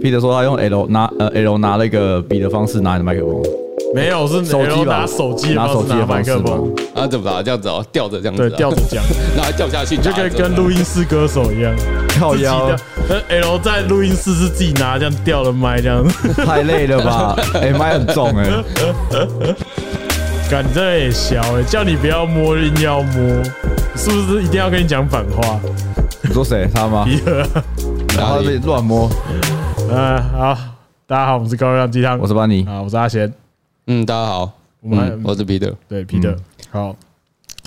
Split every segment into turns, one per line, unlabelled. Peter 说他用 L 拿呃 L 拿了一个笔的方式拿你的麦克风，
没有是
手机
L
吧？
拿手机的
拿
方式
手机的
拿麦
方式
克
吗？
风，
啊，怎么打？这样子哦，吊着这样子、
对，
啊，
吊着 讲，
然后还掉下去，
就
打啊
跟
着
跟录音室歌手一样，
靠
自己
哦腰
的。呃 L 在录音室是自己拿这样吊了麦这样，
太累了吧？哎、麦很重哎、
感这也小哎，叫你不要摸，硬要摸，是不是一定要跟你讲反话？
你说谁？他吗？
比尔，
然
哪
后
里
被乱摸。
呃，好，大家好，我们是高热量鸡汤，
我是班尼，
啊，我是阿贤，
嗯，大家好，
我们还
嗯我是 Peter。
对 Peter，好，
嗯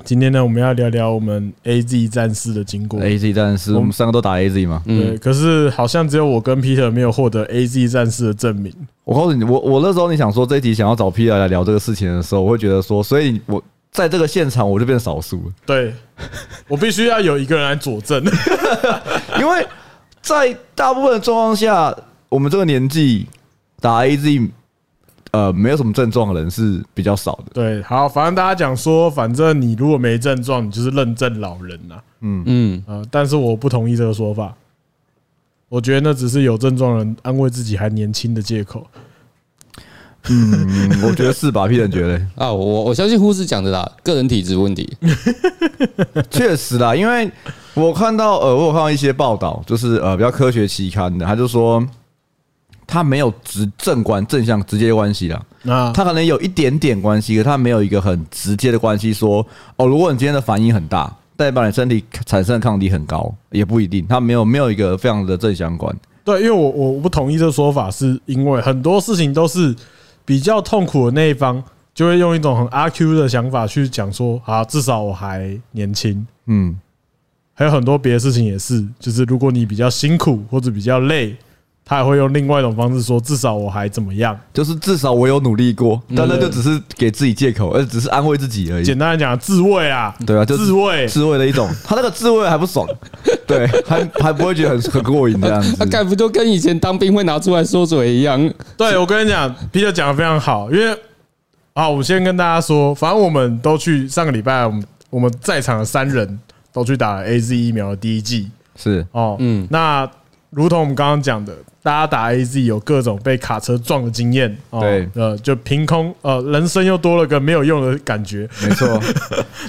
今天呢，我们要聊聊我们 AZ 战士的经过。
A 嗯 Z 战士，
我
我们三个都打 A Z 嘛。
对，可是好像只有我跟 Peter 没有获得 AZ 战士的证明。
我告诉你，我我那时候你想说这一集想要找 P 来聊这个事情的时候，我会觉得说，所以我在这个现场我就变少数了，
对，我必须要有一个人来佐证。
因为在大部分的状况下，我们这个年纪打 A Z，呃，没有什么症状的人是比较少的。
对，好，反正大家讲说，反正你如果没症状，你就是认证老人呐、
嗯，
啊。但是我不同意这个说法，我觉得那只是有症状人安慰自己还年轻的借口。
嗯，我觉得是吧？P 人觉得。
啊，我我相信护士讲的啦，个人体质问题。
嗯
确实啦，因为我看到呃，我有看到一些报道，就是呃比较科学期刊的，他就说他没有直正关正向直接关系啦，
那
他可能有一点点关系，可他没有一个很直接的关系说哦，如果你今天的反应很大，代表你身体产生的抗体很高，也不一定，他没有没有一个非常的正相关。
对，因为我我不同意这个说法，是因为很多事情都是比较痛苦的那一方，就会用一种很阿 Q 的想法去讲说，啊，至少我还年轻。
嗯，
还有很多别的事情也是，就是如果你比较辛苦或者比较累，他也会用另外一种方式说，至少我还怎么样。
就是至少我有努力过，但那就只是给自己借口，而只是安慰自己而已。
简单来讲，自慰啊，
对啊，就
自慰。
自慰的一种，他那个自慰还不爽，对，还还不会觉得很很过瘾这样
他
子。
该啊不就跟以前当兵会拿出来说嘴一样？
对我跟你讲，Peter 讲的非常好，因为啊，我先跟大家说，反正我们都去上个礼拜，我们我们在场的三人都去打了 A Z 疫苗的第一剂。
是，
哦，嗯，那如同我们刚刚讲的，大家打 AZ 有各种被卡车撞的经验，哦、
对
呃，就凭空，呃，人生又多了个没有用的感觉。
没 错。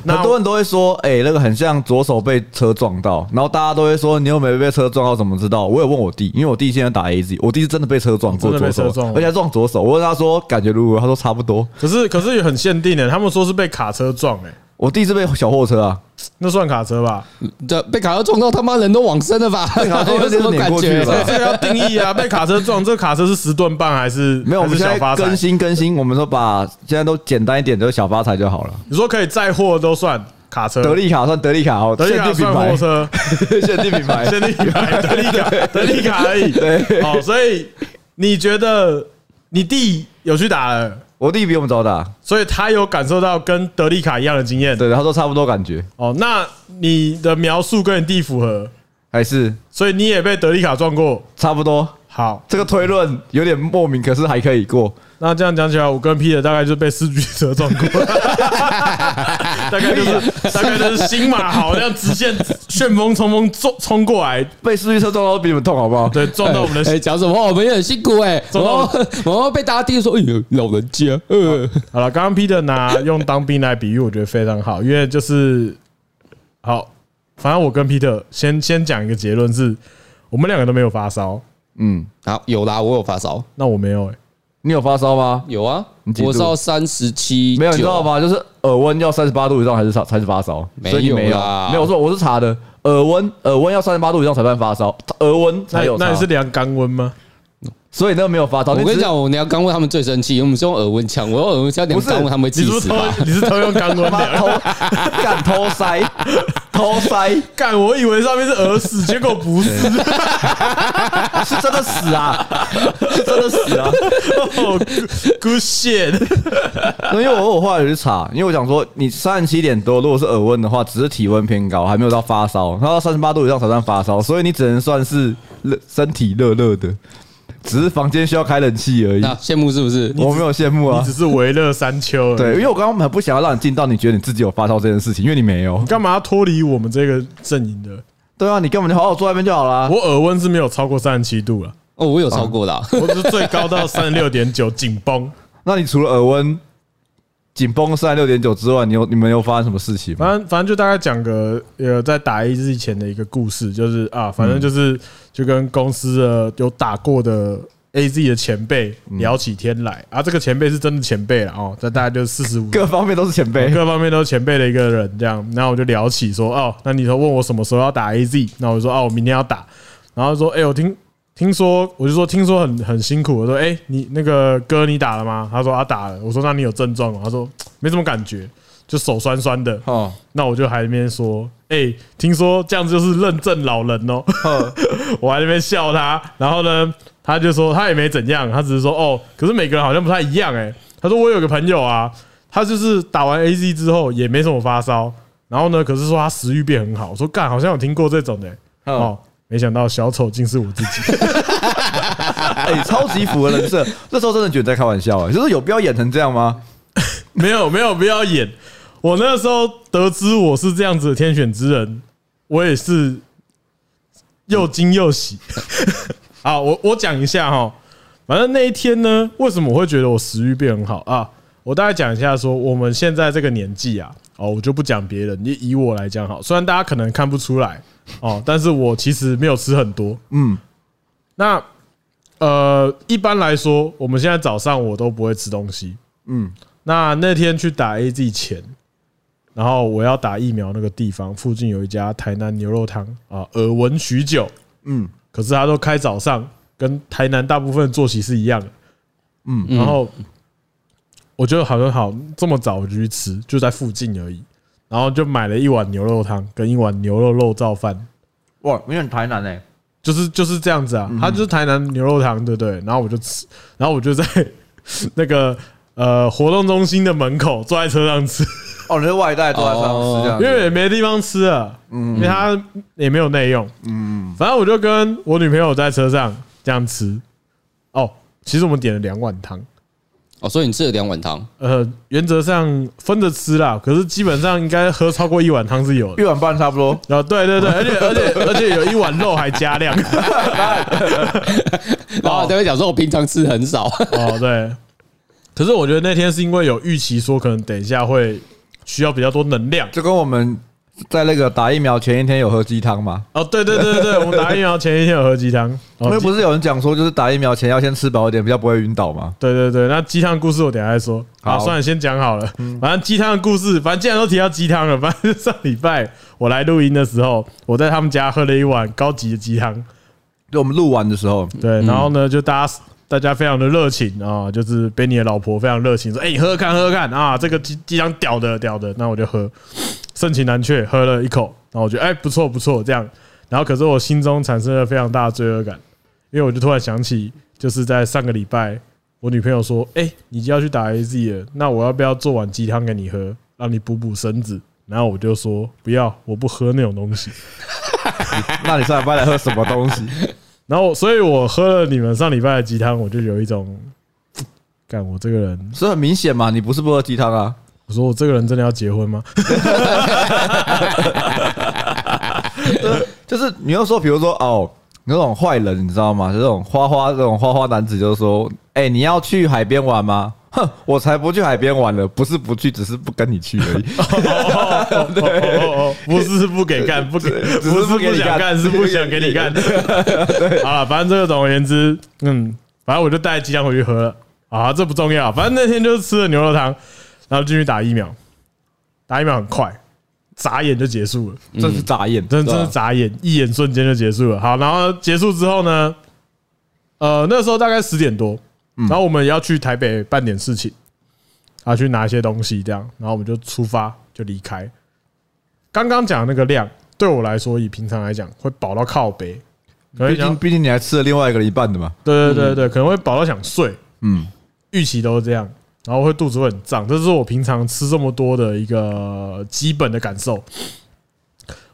那
很多人都会说，哎，那个很像左手被车撞到，然后大家都会说，你又没被车撞到，怎么知道？我有问我弟，因为我弟现在打 AZ，我弟是真的被车撞
真
过
的被
左
车撞
手，而
了
且还撞左手。我问他说感觉如何，他说差不多。
可是可是也很限定的，欸他们说是被卡车撞、欸，
我弟是被小货车啊，
那算卡车吧？
这被卡车撞到，他妈人都往生了吧？
卡车
有什
就是
么感
碾
觉哎
过去？吧
哎这个要定义啊，被卡车撞，这卡车是十吨半还是
没有，我
还
们
是
现
小
在
发财
更？新更新，我们说把现在都简单一点，就是小发财就好了。
你说可以载货都算卡车，
德利卡算德利卡哦，
德利
限
卡
定品
算货
牌，
车，
限定品牌，
德 利卡，哎德利卡，德利卡而已。
对
好，所以你觉得你弟有去打了？
我弟比我们早打，
所以他有感受到跟德利卡一样的经验。
对，他说差不多感觉，
哦，那你的描述跟你弟符合，
还是
所以你也被德利卡撞过。
差不多。
好，
这个推论有点莫名，可是还可以过。
那这样讲起来，我跟 Peter 大概就是被四驱车撞过， 大概就是大概就是新马好像直线旋风冲锋冲冲过来，
被四驱车撞到都比你们痛，好不好？
对，撞到我们的。
哎，讲什么？我们也很辛苦哎、
撞
然
到
后然后被大家听说，哎呦，老人家，呃，
好了，刚刚 Peter 拿用当兵来比喻，我觉得非常好，因为就是好，反正我跟 Peter 先先讲一个结论是，我们两个都没有发烧，
嗯，
好有啦，我有发烧，
那我没有哎、
你有发烧吗？
有啊
你，几度
我烧三十七，
没有，你知道？吗？就是耳温要三十八度以上才是才才是发烧，
没有
所以你没有
啦。
没有，我说我是查的，耳温耳温要三十八度以上才算发烧，耳温才有
那
差。
那你是量肛温吗？
哎
所以那个没有发烧。
我
只
跟
是
你，讲，我娘刚问他们最生气，我们是用耳温枪，我用耳温枪，娘
不是
刚问他们会
你
气
是不是
死
偷
吧？
你是偷用肛 温
妈
量？
偷 干偷塞偷塞
干，我以为上面是耳屎，结果不是。
是真的死啊，是真的死 啊。
哦 Good shit！
因为我我后来有去查，因为我想说，你三十七点多，如果是耳温的话，只是体温偏高，还没有到发烧，然后到三十八度以上才算发烧，所以你只能算是热身体热热的，只是房间需要开冷气而已。
那羡慕是不是？
我没有羡慕
你
啊
只，是围乐山丘。
对，，因为我刚刚很 不想要让你进到你觉得你自己有发烧这件事情，因为你没有
你。干嘛要脱离我们这个阵营的？
对啊，你根本就好好坐在那边就好啦。
我耳温是没有超过三十七度了，
哦，我有超过的啊、
我是最高到三十六点九，紧绷。
那你除了耳温紧绷三十六点九之外，你有你们有发生什么事情吗？
反正反正就大概讲个呃，在打一之前的一个故事，就是啊，反正就是就跟公司的有打过的 A Z 的前辈聊起天来啊，这个前辈是真的前辈了哦，这大概就是四十五
各方面都是前辈，
各方面都是前辈的一个人，这样，然后我就聊起说，哦，那你说问我什么时候要打 AZ，那我就说，哦，我明天要打，然后说，哎、我听听说，我就说听说很很辛苦，我说，哎、你那个哥你打了吗？他说他打了，我说那你有症状吗？他说没什么感觉，就手酸酸的，
哦，
那我就还在那边说，哎、听说这样子就是认证老人哦，
呵
我还在那边笑他，然后呢，他就说他也没怎样，他只是说哦，可是每个人好像不太一样哎、他说我有个朋友啊，他就是打完 A Z 之后也没什么发烧，然后呢，可是说他食欲变很好，我说干好像有听过这种的、欸
哦
哦，，没想到小丑竟是我自己，
哎，超级符合人 设。那时候真的觉得在开玩笑哎，就是有必要演成这样吗？
没有没有不要演，我那时候得知我是这样子的天选之人，我也是又惊又喜。 啊，我我讲一下哈，反正那一天呢，为什么我会觉得我食欲变很好啊？我大概讲一下说，我们现在这个年纪啊，哦，我就不讲别人，你以我来讲好，虽然大家可能看不出来哦，但是我其实没有吃很多。
嗯，
那呃，一般来说，我们现在早上我都不会吃东西。
嗯，
那那天去打 AZ 前，然后我要打疫苗那个地方附近有一家台南牛肉汤啊，耳闻许久，
嗯，
可是它都开早上，跟台南大部分的作息是一样的。
嗯
然后我就好像好这么早我就去吃，就在附近而已，然后就买了一碗牛肉汤跟一碗牛肉肉燥饭，
哇，因为你台南哎，
就是就是这样子
嗯
啊，它就是台南牛肉汤，对不对？然后我就吃，然后我就在 那个呃活动中心的门口坐在车上吃，
哦，你是外带坐在上吃这样
因
子，
为也没地方吃啊，因为它也没有内用，
嗯，
反正我就跟我女朋友在车上这样吃。哦，其实我们点了两碗汤，
哦，所以你吃了两碗汤，
呃，原则上分着吃啦，可是基本上应该喝超过一碗汤是有的。
一碗半差不多。
啊，对对对，而且而且而且有一碗肉还加量。
然后啊他会讲说，我平常吃很少，
哦，对。可是我觉得那天是因为有预期说，可能等一下会需要比较多能量。
就跟我们在那个打疫苗前一天有喝鸡汤嘛，
哦，对对对对对，我们打疫苗前一天有喝鸡汤。
因
哦
为，不是有人讲说，就是打疫苗前要先吃饱一点，比较不会晕倒 嘛。
对对对，那鸡汤故事我等一下再说。好，
好
算了，先讲好了。反正鸡汤的故事，反正既然都提到鸡汤了，反正上礼拜我来录音的时候，我在他们家喝了一碗高级的鸡汤。
就我们录完的时候，
对，然后呢，就大家大家非常的热情啊，就是被你的老婆非常热情，说：“哎、你喝喝看，喝喝看啊，这个鸡鸡汤屌的屌的。”那我就喝，盛情难却，喝了一口，然后我觉得哎、不错不错这样，然后可是我心中产生了非常大的罪恶感，因为我就突然想起，就是在上个礼拜，我女朋友说：“哎、你就要去打 AZ 了，那我要不要做碗鸡汤给你喝，让你补补身子？”然后我就说：“不要，我不喝那种东西。”
那你上礼拜来喝什么东 西？
然后，所以我喝了你们上礼拜的鸡汤，我就有一种，干我这个人，
是很明显嘛，你不是不喝鸡汤啊？
我说我这个人真的要结婚吗？
就是你要说，比如说哦，那种坏人，你知道吗？就这种花花这种花花男子，就是说，哎，你要去海边玩吗？哼，我才不去海边玩了，不是不去，只是不跟你去而已。
哦哦哦哦哦哦，不是不给干，不给，
只是
不是
不
不
给你
想
干
干，是不想给你干。好了，反正这个总而言之，嗯，反正我就带鸡汤回去喝了。啊，这不重要，反正那天就是吃了牛肉汤，然后进去打疫苗，打疫苗很快，眨眼就结束了。
这是眨眼，
嗯真
对啊
真
吧
是眨眼，一眼瞬间就结束了。好，然后结束之后呢，呃，那时候大概十点多，然后我们也要去台北办点事情，啊，去拿一些东西这样，然后我们就出发就离开。刚刚讲的那个量，对我来说，以平常来讲，会饱到靠北，可
毕
能
竟
想
毕竟你还吃了另外一个一半的嘛。
对对对对，可能会饱到想睡，
嗯，
预期都是这样，然后会肚子会很胀，这是我平常吃这么多的一个基本的感受。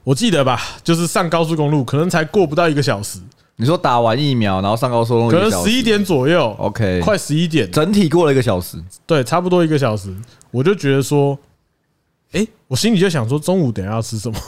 我记得吧，就是上高速公路，可能才过不到一个小时，
你说打完疫苗，然后上高速公路
可
一个
能
小时，
十一点左右，
OK，
快十一点，
整体过了一个小时。
对，差不多一个小时，我就觉得说，诶，我心里就想说，中午等一下要吃 什么？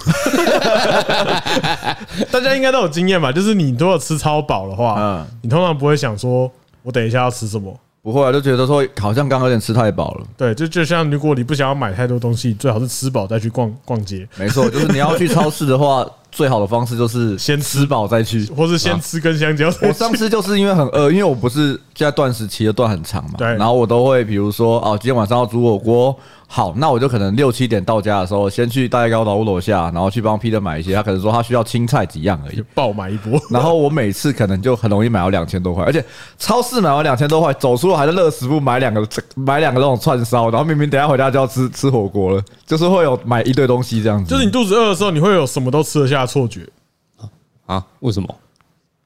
大家应该都有经验吧？就是你如果吃超饱的话
嗯，
你通常不会想说，我等一下要吃什么。
不会啊，就觉得说好像刚刚有点吃太饱了。
对，就就像如果你不想要买太多东西，最好是吃饱再去逛逛街，
没错，就是你要去超市的话， 最好的方式就是
先吃
吃饱再去。
或是先吃根香蕉。
啊我上次就是因为很饿，因为我不是现在断食期的断很长嘛，
对
然后我都会比如说哦，今天晚上要煮火锅，好，那我就可能六七点到家的时候，先去大概高岛屋楼下，然后去帮 Peter 买一些，他可能说他需要青菜几样而已
就，爆买一波，
然后我每次可能就很容易买到两千多块，而且超市买完两千多块，走出来还在乐食部买两个买两个那种串烧，然后明明等一下回家就要吃吃火锅了，就是会有买一堆东西这样子。
就是你肚子饿的时候，你会有什么都吃得下的错觉。
啊？为什么？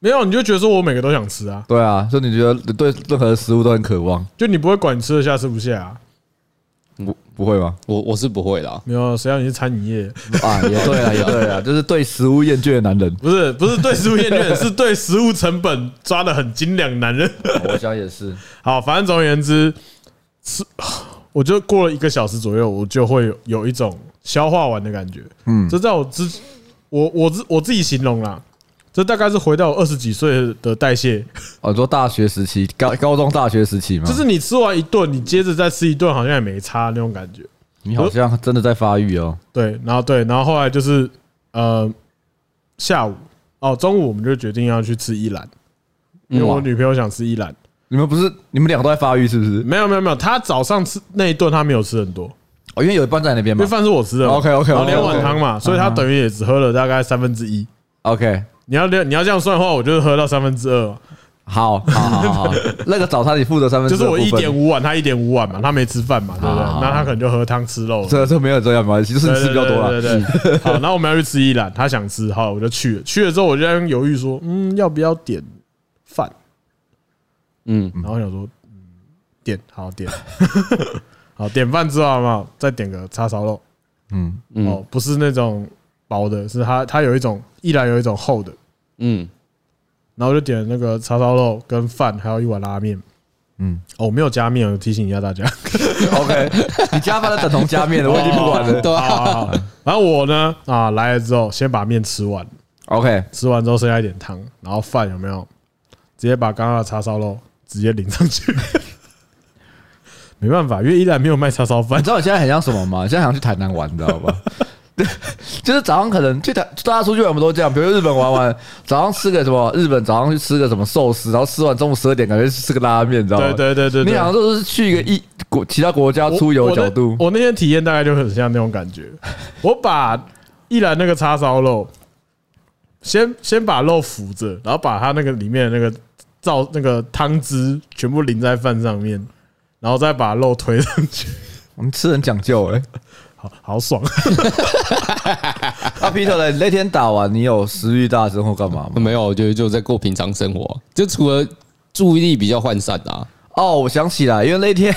没有，你就觉得说我每个都想吃啊，
对啊，就你觉得对任何食物都很渴望，
就你不会管你吃得下吃不下啊。
不不会吗？
我我是不会啦。
没有，谁让你是餐饮业？
啊，也 对啊，也对啊，就是对食物厌倦的男人。
不是不是对食物 厌倦，是对食物成本抓的很精良，男人。
我想也是，
好，反正总而言之，吃，我就过了一个小时左右，我就会有有一种消化完的感觉。嗯，这在我之我我自我自己形容啦，这大概是回到我二十几岁的代谢，
哦，你说大学时期，高高中大学时期嘛，
就是你吃完一顿，你接着再吃一顿，好像也没差那种感觉。
你好像真的在发育哦。
对，然后对，然后后来就是呃下午哦中午我们就决定要去吃一兰，因为我
哇
女朋友想吃一兰。
你们不是你们两个都在发育是不是？
没有没有没有，她早上吃那一顿她没有吃很多，
哦，因为有一半在你那嗯边
因为
嘛。
饭是我吃的嘛。
OK，OK，OK，OK
然后两碗汤嘛，所以她等于也只喝了大概三分之一。
OK，
你要你要这样算的话，我就是喝到三分之二嘛，
好，好，好， 好，好那个早餐你负责三分之
就是
的部分
我一点，五碗，她一点五碗嘛，她没吃饭嘛，对不对？
好好
那她可能就喝汤吃肉了。
这这没有这样没关系，就是你吃比较多
对
了。
对对对对好，然后我们要去吃一兰，他想吃，好，我就去了。去了之后，我就在那边犹豫说，嗯，要不要点饭？
嗯，
然后我想说，嗯，点好点， 好点饭之后好不好？再点个叉烧肉，
嗯，
嗯
哦，不是那种薄的，是它它有一种一兰有一种厚的，
嗯，
然后我就点了那个叉烧肉跟饭，还有一碗拉面。
嗯，
哦，我没有加面，我提醒一下大家。
OK，你加饭的等同加面了，我已经不管了。
对啊，
好好好 然后我呢，啊，来了之后先把面吃完，
OK，
吃完之后剩下一点汤，然后饭有没有？直接把刚刚的叉烧肉直接淋上去。 没办法，因为依然没有卖叉烧
啊
饭
你知。道我现在很像什么吗？现在想去台南玩，你知 道吧？就是早上可能去台，大家出去玩不都这样？比如日本玩玩，早上吃个什么？日本早上去吃个什么寿司，然后吃完中午十二点，感觉去吃个拉面，你知道吗？
对对对对对，
你想说是去一个一国其他国家
我
出游角
我
度
那，我那天体验大概就很像那种感觉。我把一兰那个叉烧肉，先先把肉扶着，然后把它那个里面的那个照那个汤汁全部淋在饭上面，然后再把肉推上去，
我们吃很讲究哎、
好好爽。
那 Peter 啊嘞，你那天打完，你有食欲大增或干嘛吗？
没有，我觉得就在过平常生活，就除了注意力比较涣散啊。
哦，我想起来，因为那天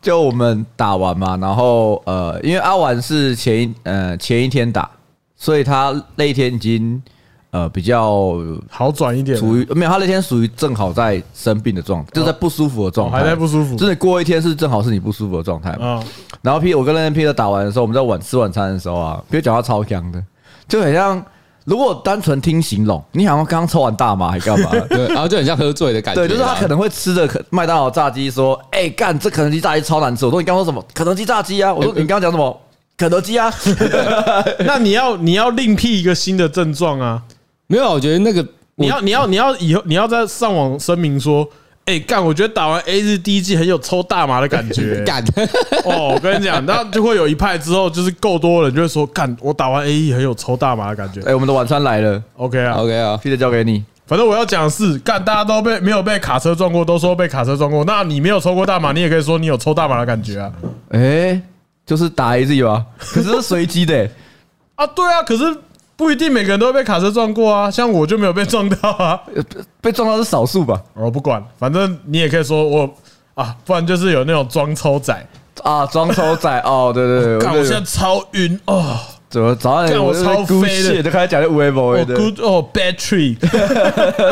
就我们打完嘛，然后呃，因为阿丸是前一呃前一天打，所以他那一天已经呃比较
好转一点，
属于没有，他那天属于正好在生病的状态，就在不舒服的状态，
啊哦还在不舒服
就是你过一天是正好是你不舒服的状态嘛。
啊，
然后 P 我跟那天 Peter 打完的时候，我们在晚吃晚餐的时候啊，Peter 讲话超强的，就很像如果单纯听形容，你好像刚抽完大麻还干嘛？
对，然后就很像喝醉的感觉啊。
对，就是他可能会吃的可麦当劳炸鸡，说：“哎、干，这肯德基炸鸡超难吃。”我说：“你刚说什么？肯德基炸鸡啊！”我说：“你刚刚讲什么？肯德基啊
那你要你要另辟一个新的症状啊！
没有，我觉得那个。
你要你要你要以后你要在上网声明说，哎干，我觉得打完 A 日第一季很有抽大麻的感 觉
干，
哦，我跟你讲，那就会有一派之后就是够多人就会说，干，我打完 A E 很有抽大麻的感！”觉。
哎，我们的晚餐来了
OK 啊，
OK 啊，
，Peter 交给你。
反正我要讲的是，干，大家都被没有被卡车撞过，都说被卡车撞过，那你没有抽过大麻，你也可以说你有抽大麻的感觉啊。
哎、就是打 A Z 吧，可是是随机的、欸。
啊，对啊，可是不一定每个人都会被卡车撞过啊，像我就没有被撞到啊。
呃被被撞到是少数吧？
我不管，反正你也可以说我啊，不然就是有那种装抽仔，
啊，装抽仔哦，对对对，
干我
就
现在超晕哦，
怎么早
干
上
我
就
超
孤
飞的
屑就开始讲这无为不
我
为的，
good 哦 battery，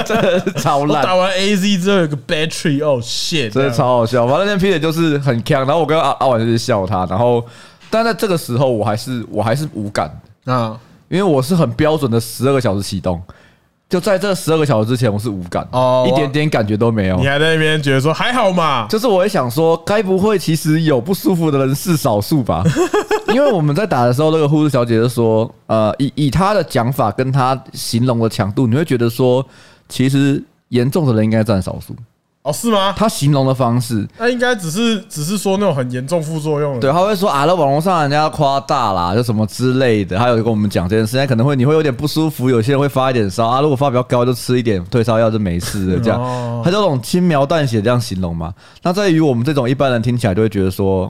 真的是超
我
烂
打，完 AZ 之后有个 battery 哦 shit，
真的超好笑。反正那天 Peter 就是很强，然后我跟阿阿婉就是笑他，然后但在这个时候，我还是我还是无感的，
啊
因为我是很标准的十二个小时启动。就在这十二个小时之前，我是无感，哦，
哦
一点点感觉都没有
你。还在那边觉得说还好嘛？
就是我也想说，该不会其实有不舒服的人是少数吧？因为我们在打的时候，那个护士小姐就说，呃，以以她的讲法跟她形容的强度，你会觉得说，其实严重的人应该占少数。
哦，是吗？
她形容的方式，
那应该只是只是说那种很严重副作用了。
对，她会说啊，那网络上人家夸大啦，就什么之类的，还有跟我们讲这件事，情，可能会你会有点不舒服，有些人会发一点烧啊，如果发比较高就吃一点退烧药就没事了，这样
哦，
她就那种轻描淡写这样形容嘛。那在于我们这种一般人听起来就会觉得说，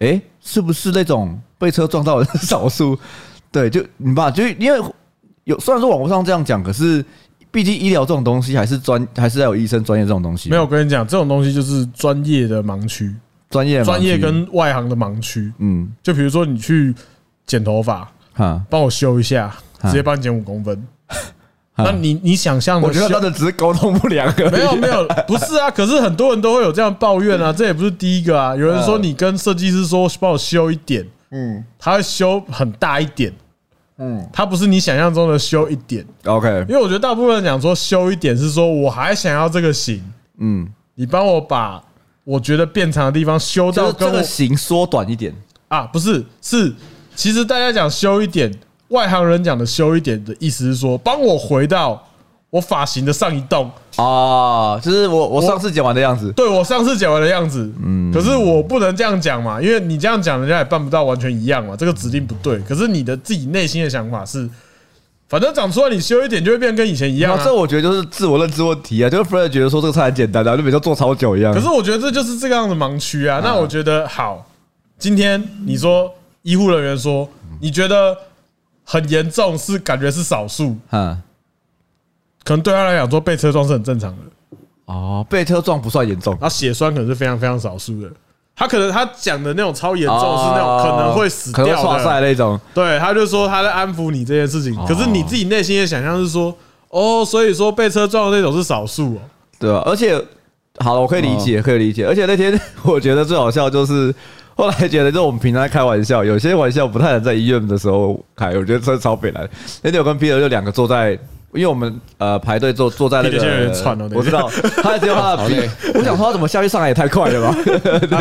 诶，是不是那种被车撞到的是少数？ 对，就你吧，就因为有虽然说网络上这样讲，可是毕竟医疗这种东西还是专还是要有医生专业这种东西，
没有，我跟你讲，这种东西就是专业的盲区，
专业嘛
专业
其实
跟外行的盲区。
嗯
就比如说你去剪头发，
哈。
帮我修一下，
啊
直接帮你减五公分。
啊
那你你想象的
我觉得
修
他的只是沟通不良而已。
没有没有，不是啊。可是很多人都会有这样抱怨啊，这也不是第一个啊。有人说你跟设计师说帮我修一点，
嗯
他会修很大一点，
嗯
他不是你想象中的修一点。
，OK，
因为我觉得大部分人讲说修一点是说我还想要这个型，
嗯，
你帮我把我觉得变长的地方修
就
到
是这
跟我
个型缩短一点。
啊，不是是，其实大家讲修一点，外行人讲的修一点的意思是说，帮我回到我发型的上一栋，
哦，就是我我上次讲完的样子。
对我上次讲完的样子。嗯，可是我不能这样讲嘛，因为你这样讲，人家也办不到完全一样嘛，这个指令不对。可是你的自己内心的想法是，反正长出来你修一点就会变跟以前一样、
然
啊
后。这我觉得就是自我认知问题啊，就是 Fred 觉得说这个菜很简单的、啊，就每次做超久一样。
可是我觉得这就是这个样的盲区
嗯
啊。那我觉得好，今天你说医护人员说你觉得很严重，是感觉是少数，
嗯，
可能对他来讲说被车撞是很正常的，
哦，被车撞不算严重。
然后血栓可能是非常非常少数的。他可能他讲的那种超严重，是那种
哦
可能会死
可能会
掉
刷赛
的。
那种。
对，他就说他在安抚你这件事情，
哦
可是你自己内心的想象是说，哦，所以说被车撞的那种是少数哦。
对吧、而且，好了，我可以理
嗯
解，可以理解。而且那天 我觉得最好笑就是，后来觉得就是我们平常开玩笑，有些玩笑不太能在医院的时候开，我觉得真的超北蓝。那天我跟 Peter 就两个坐在，因为我们呃排队坐坐在那
Peter
个，
现在有点喘哦等一下
我知道，他还只有 他的
好累
鼻，我想说他怎么下去上来也太快了吧。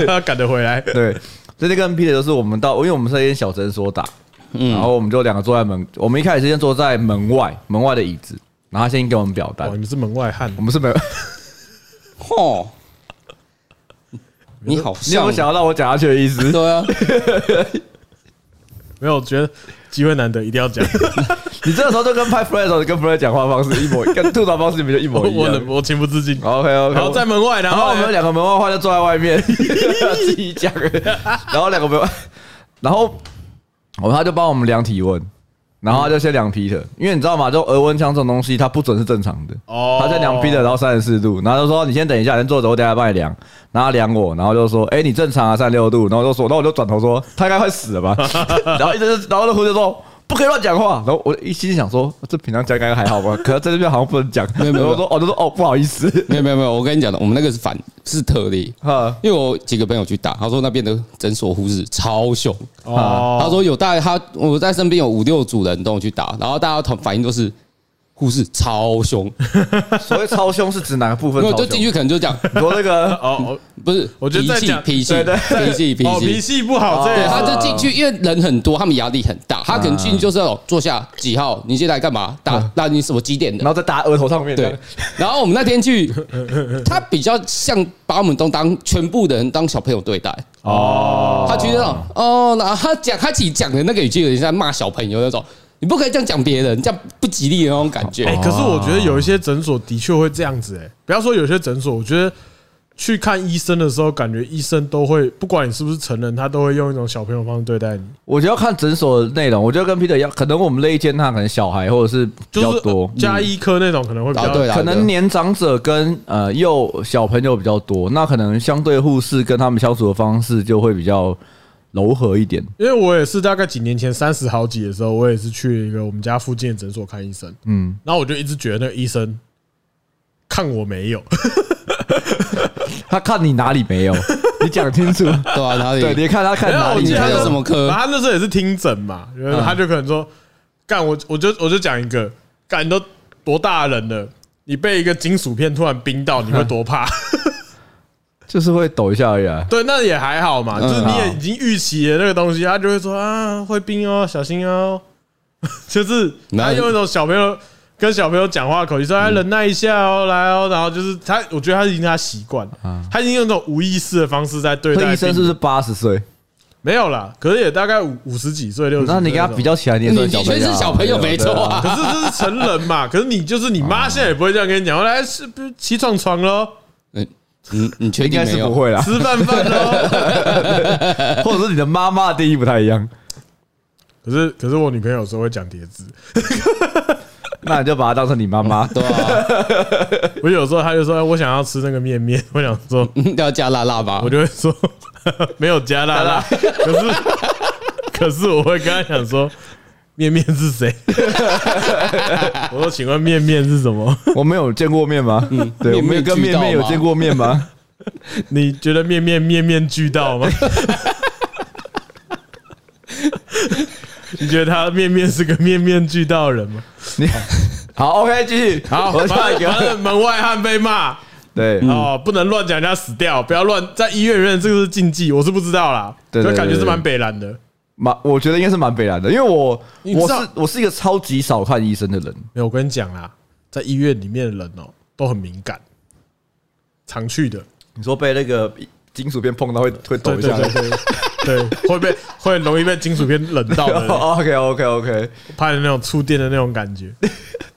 他赶得回来，
对，这就跟 Peter 就是我们到，因为我们是在一间小诊所打，
嗯
然后我们就两个坐在门，我们一开始先坐在门外，门外的椅子，然后他先给我们表
哇，
单
你，们是门外汉
我，们是没有，
嚯，你好
你有没
像
有想要让我讲下去的意思？
对啊，
没有我觉得机会难得，一定要讲。
你这个时候就跟拍 Fred 的时候，你跟 Fred 讲话方式一模，跟吐槽方式你们就一模
我
一
我忍
样。
我情不自禁。
OK OK，
然后在门外，然
然后
后
我们两个门外话就坐在外面 自己讲，然后两个门外，然后我们他就帮我们量体温，然后他就先量 Peter，因为你知道吗？这种额温枪这种东西它不准是正常的。
哦
他在量 Peter，然后三十四度，然后就说你啊先等一下，先坐着，我等一下帮你量。然后他量我，然后就说，哎，你正常啊，三六度。然后就说，然后我就转头说， 他应该快死了吧？然后一直，然后那护士说。不可以乱讲话，然后我一心想说，这平常讲应该还好吧，可是在这边好像不能讲。
没有没
然
有
后我说，哦，就说哦，不好意思，
没有没有没有，我跟你讲的，我们那个是反是特例，
哈，
因为我几个朋友去打，他说那边的诊所护士超凶，
哦，
啊
他说有大概他我在身边有五六组人都有去打，然后大家同反应都是护士超凶，
所谓超凶是指哪个部分
没有
超
就
凶？
进去可能就讲
你说那个
哦
不是，
我觉得在
脾气
讲
脾气
对对
脾气
哦，脾
脾气，
气不好，这
对，
也
他
是
就进去，因为人很多，他们压力很大，他可能进去就是要坐下几号，你现在干嘛？打那你什么几点的
然？后再打额头上面，
对，然后我们那天去，他比较像把我们都当全部的人当小朋友对待。
哦，
他觉得哦哦，然后他讲他自己讲的那个语气有点像骂小朋友那种，你不可以这样讲别人，这样不吉利的那种感觉。
哎，可是我觉得有一些诊所的确会这样子，哎，不要说有些诊所，我觉得去看医生的时候，感觉医生都会，不管你是不是成人，他都会用一种小朋友方式对待你，
我觉得要看诊所的内容，我觉得跟 Peter 一样，可能我们那一间他可能小孩或者是比
就
较
是
多，嗯
加医科那种可能会比较
啊对啦
可能年长者跟呃幼小朋友比较多，那可能相对护士跟他们相处的方式就会比较柔和一 点。
因为我也是大概几年前三十好几的时候，我也是去一个我们家附近的诊所看医生，嗯，然后我就一直觉得那个医生看我没有，
他看你哪里没有， 你讲清楚。
对啊吧？哪
对，
里？
你看他看
没有
哪
我
里
记得
他
那时
有
候
什么科
然后他那时候也是听诊嘛，然后他就可能说：“干我，我就我就讲一个，干你都多大人了，你被一个金属片突然冰到，你会多怕？”
就是会抖一下而已啊。
对，那也还好嘛，
嗯
就是你也已经预期了那个东西，他就会说：“啊，会冰哦，小心哦。” 就是
哪
他
里
用一种小朋友跟小朋友讲话的口气说：“哎，忍耐一下哦，来哦。”然后就是他，我觉得他已经他习惯了，他已经用那种无意识的方式在对待
这医
病
生
人。
是不是八十岁？
没有啦，可是也大概五五十几岁、六十。
那你跟他比。较起来，你也
你
算
的
朋
确
友啊
是小朋友没错。
对啊
可
啊，
是这是成人 嘛？可是你就是你妈，现在也不会这样跟你讲。来是不是起床床喽，
嗯，你确
应
定
该
没
是
有
不？会 啦，
吃饭饭喽。
或者是你的妈妈的定义不太一样，
可是可是我女朋友有时候会讲叠字，
那你就把她当成你妈妈。
对啊，
我有时候她就说哎我想要吃那个面面， 我想说
要加辣辣吧
我？就会说 没有加辣辣，可是 可是我会跟她讲说面面是谁？ 我说请问面面是什么？
我没有见过面吗？对，我
嗯面面
没有跟面面
俱到
有
吗
见过面 吗？
你觉得面面面面俱到吗？你觉得他面面是个面面俱到的人吗？
你 好，OK，继续。
好，
我下一
反
个。嗯
正门外汉被骂
对，
哦，不能乱讲人家死掉，不要乱在医院里面，这个是禁忌，我是不知道啦，
对
就
对
感觉
对
是
对
蛮北蓝的。
蛮我觉得应该是蛮北然的，因为我
你知
我
道
是我是一个超级少看医生的人。
没有，我跟你讲啦，在医院里面的人哦都很敏感，常去的，
你说被那个金属片碰到会会抖
对
一
对
下。
对对对，会被会容易被金属片冷到 的人，
Oh, OK OK OK
怕有那种触电的那种感觉。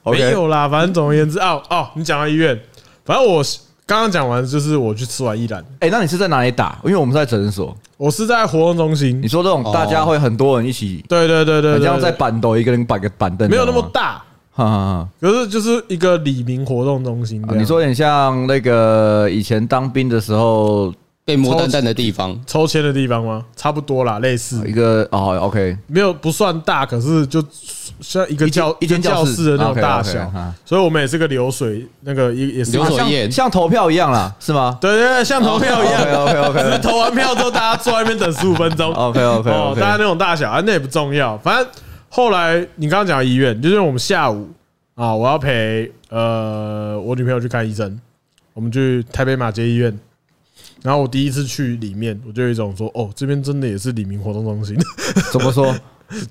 OK，
没有啦，反正总而言之，哦哦，你讲到医院，反正我是刚刚讲完，就是我去吃完一兰，
哎、那你是在哪里打？因为我们是在诊所。
我是在活动中心
你，说这种大家会很多人一起，
对对哦对对
很
对，
像
对
在板斗，一个人摆个板凳，
没有那么
大
大，。
哈哈
可是就是一个李明活动中心这
哈哦
样。
你说有点像那个以前当兵的时候，
被摸蛋蛋的地方，
抽签的地方吗？差不多啦，类似，
一个哦，OK，
没有不算大，可是就像一个
一间
教
一间
个教
教室啊
室的那种
OK，OK，
大小
哈，
所以我们也是个流水，那个也也是
流
对
水
像
宴
像投票一样啦，是吗
对对，像投 票一样，
？OK
只是
OK
投完票之后，大家坐在那边等十五分钟。
OK OK
哦，大家
OK，
那种大小啊，那也不重要。反正后来你刚刚讲的医院，就是我们下午啊，我要陪呃我女朋友去看医生，我们去台北马街医院。然后我第一次去里面，我就有一种说，哦，这边真的也是李明活动中心，
怎么说？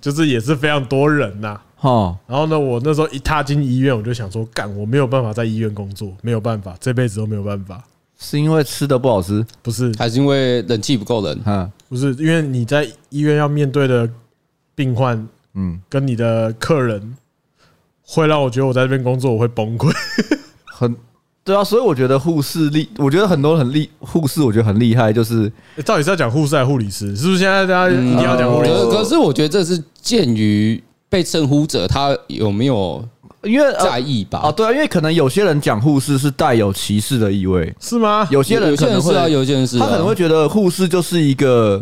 就是也是非常多人呐、
哦，
然后呢，我那时候一踏进医院，我就想说，干，我没有办法在医院工作，没有办法，这辈子都没有办法。
是因为吃的不好吃，
不是，
还是因为冷气不够冷？
嗯
不是，因为你在医院要面对的病患
嗯，
跟你的客人，会让我觉得我在这边工作我会崩溃。
很对啊，所以我觉得护士厉，我觉得很多很厉护士，我觉得很厉害，就是
欸 到底是要讲护士还是护理师？是不是现在大家
嗯
一定要讲
哦
护理
可
师？
可是我觉得这是鉴于被称呼者他有没有
因为
在
呃
意
哦
吧？
对啊，因为可能有些人讲护士是带有歧视的意味，
是吗？
有些人
有些
可能
人是啊，
会
有些人是啊
他可能会觉得护士就是一个，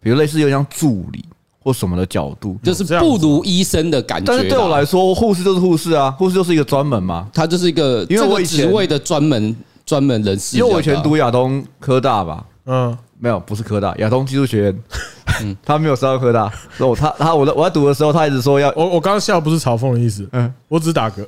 比如类似有点像助理或什么的角度，
就是不如医生的感觉啊
但
啦。
是对我来说，护士就是护士啊，护士就是一个专门嘛。
他就是一个
因为
这
我
个
以前
职位的专门专门人士。
因为我以前读亚东科大吧，
嗯，
没有，不是科大，亚东技术学院，
嗯
他没有上到科大。然后他他我在我在读的时候，他一直说要
我我刚刚笑不是嘲讽的意思，嗯
嗯，
我只是打嗝。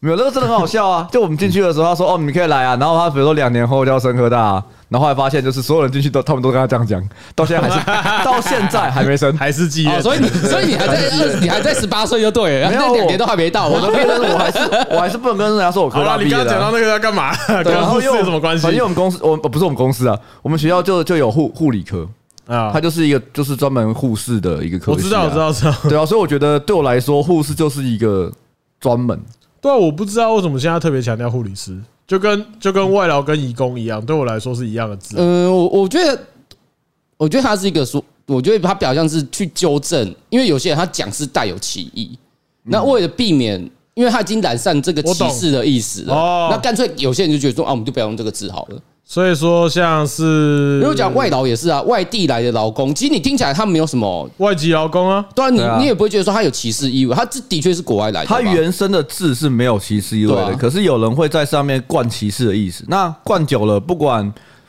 没有那个真的很好笑啊。就我们进去的时候，他
嗯
说哦你们可以来啊，然后他比如说两年后就要升科大、啊，然后后来发现就是所有人进去都他们都跟他这样讲，到现在还 是到现在还没升。
还是妓
哦，
院，
所以你所以你 还在二，你还在十八岁就对了，
没有
那两年都还没到。
我的
我
毕业证我 还是我还是不能跟人家说我
好
科大
了，
毕
你
业
刚
的啊、
刚讲到那个要干嘛？
对，然
跟
后
护士
又
有什么关系
反正我们公司，我们呃不是我们公司啊，我们学校就就有护护理科，
啊
它？就是一个就是专门护士的一个科、
我知道，我知。道，知道。
对啊，所以我觉得对我来说，护士就是一个专门。
对啊，我不知道为什么现在特别强调护理师，就跟就跟外劳跟义工一样，对我来说是一样的字。
嗯，我我觉得，我觉得他是一个说，我觉得他比较像是去纠正，因为有些人他讲是带有歧义，
嗯
那为了避免。因为他已经染上这个
我
歧
懂
视的意思
哦
了，那干脆有些人就觉得说啊，我们就不要用这个字好了。
所以说，像是
因为我讲外劳也是啊，外地来的劳工，其实你听起来他没有什么，
外籍劳工啊，
对啊，
对啊
你你也不会觉得说他有歧视意味，他这的确是国外来的嘛，
它原生的字是没有歧视意味
哎对
的，
啊
可是有人会在上面灌歧视的意思。那灌久了，不管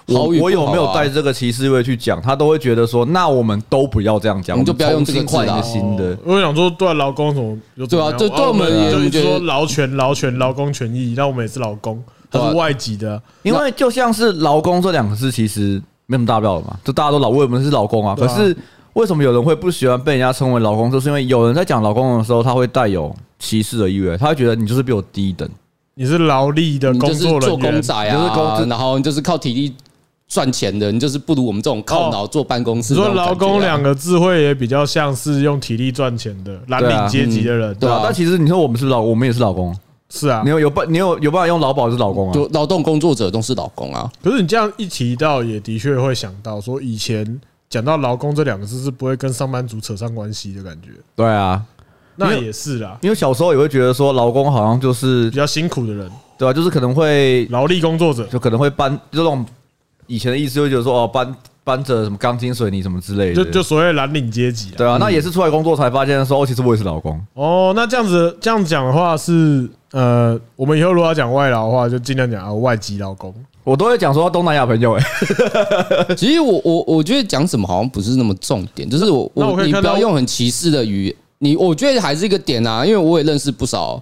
我
好与不
我
好啊
有没有带这个歧视味去讲，他都会觉得说，那我们都不要这样讲，
我们就不要用这个字啊
我们重新换一个新的。
哦我想说，对啊劳工什么有怎么样
对啊对对我们也
就
我
一
们
直
觉得
说劳权、劳权、劳工权益，但我们也是劳工，
对啊
他是外籍的啊，
因为就像是劳工这两个字，其实没什么大不了的嘛，就大家都老，我们是劳工啊。
对
可
啊
是为什么有人会不喜欢被人家称为劳工？就是因为有人在讲劳工的时候，他会带有歧视的意味，他会觉得你就是比我低一等。
你是劳力的
你
工
就是
作
做
人
公
员，
仔
你就是
啊
工，
然后你就是靠体力赚钱的，你就是不如我们这种靠脑坐办公室
哦你说
那种感觉啊。
劳工两个字会也比较像是用体力赚钱的蓝领阶级的人，
对啊
但其实你说我们是劳，我们也是劳工。
是啊
你。有有办，你有有办法用劳保就是劳工啊。
就劳动工作者都是劳工啊，
可是你这样一提到，也的确会想到说，以前讲到劳工这两个字是不会跟上班族扯上关系的感觉，
对啊，
那也是啦，
因为小时候也会觉得说劳工好像就是
比较辛苦的人，
对吧、就是可能会
劳力工作者，
就可能会搬，就那种以前的意思，会觉得说哦搬搬着什么钢筋水泥什么之类的，
就就所谓蓝领阶级啊。
对啊。那也是出来工作才发现说，哦，其实我也是老公。
哦，那这样子这样讲的话是，呃，我们以后如果要讲外劳的话，就尽量讲啊外籍劳工。
我都会讲说东南亚朋友、欸，
啊
其实我我我觉得讲什么好像不是那么重点，就是我
那我可以
你
看
不
到
要用很歧视的语言，你我觉得还是一个点啊，因为我也认识不少，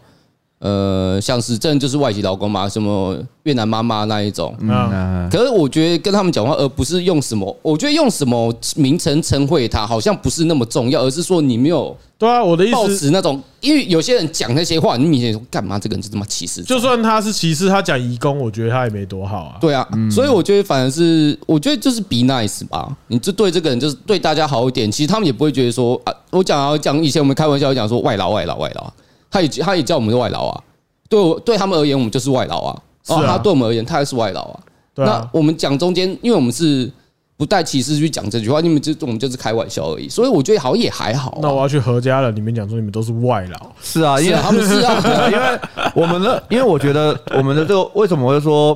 呃，像是真的就是外籍劳工嘛，什么越南妈妈那一种。
啊，
嗯，
可是我觉得跟他们讲话，而不是用什么，我觉得用什么名称称谓他，好像不是那么重要，而是说你没有
对啊，我的意
抱
思，
持那种，因为有些人讲那些话，你明显说干嘛这个人就这么歧视，
就算他是歧视，他讲移工，我觉得他也没多好啊。
对啊，所以我觉得反而是，我觉得就是 be nice 吧，你就对这个人就是对大家好一点，其实他们也不会觉得说啊，我讲啊讲以前我们开玩笑讲说外劳外劳外劳啊，他也他也叫我们是外劳啊，对我对他们而言我们就是外劳啊，
是啊
哦他对我们而言他也是外劳啊，
对
那
啊，
我们讲中间，因为我们是不带歧视去讲这句话，你们就我们就是开玩笑而已，所以我觉得好像也还好啊、
那我要去何家了，里面讲说你们都是外劳，
是啊，因
是
为
啊，他们是 啊，
因为我们的，因为我觉得我们的这个为什么会说，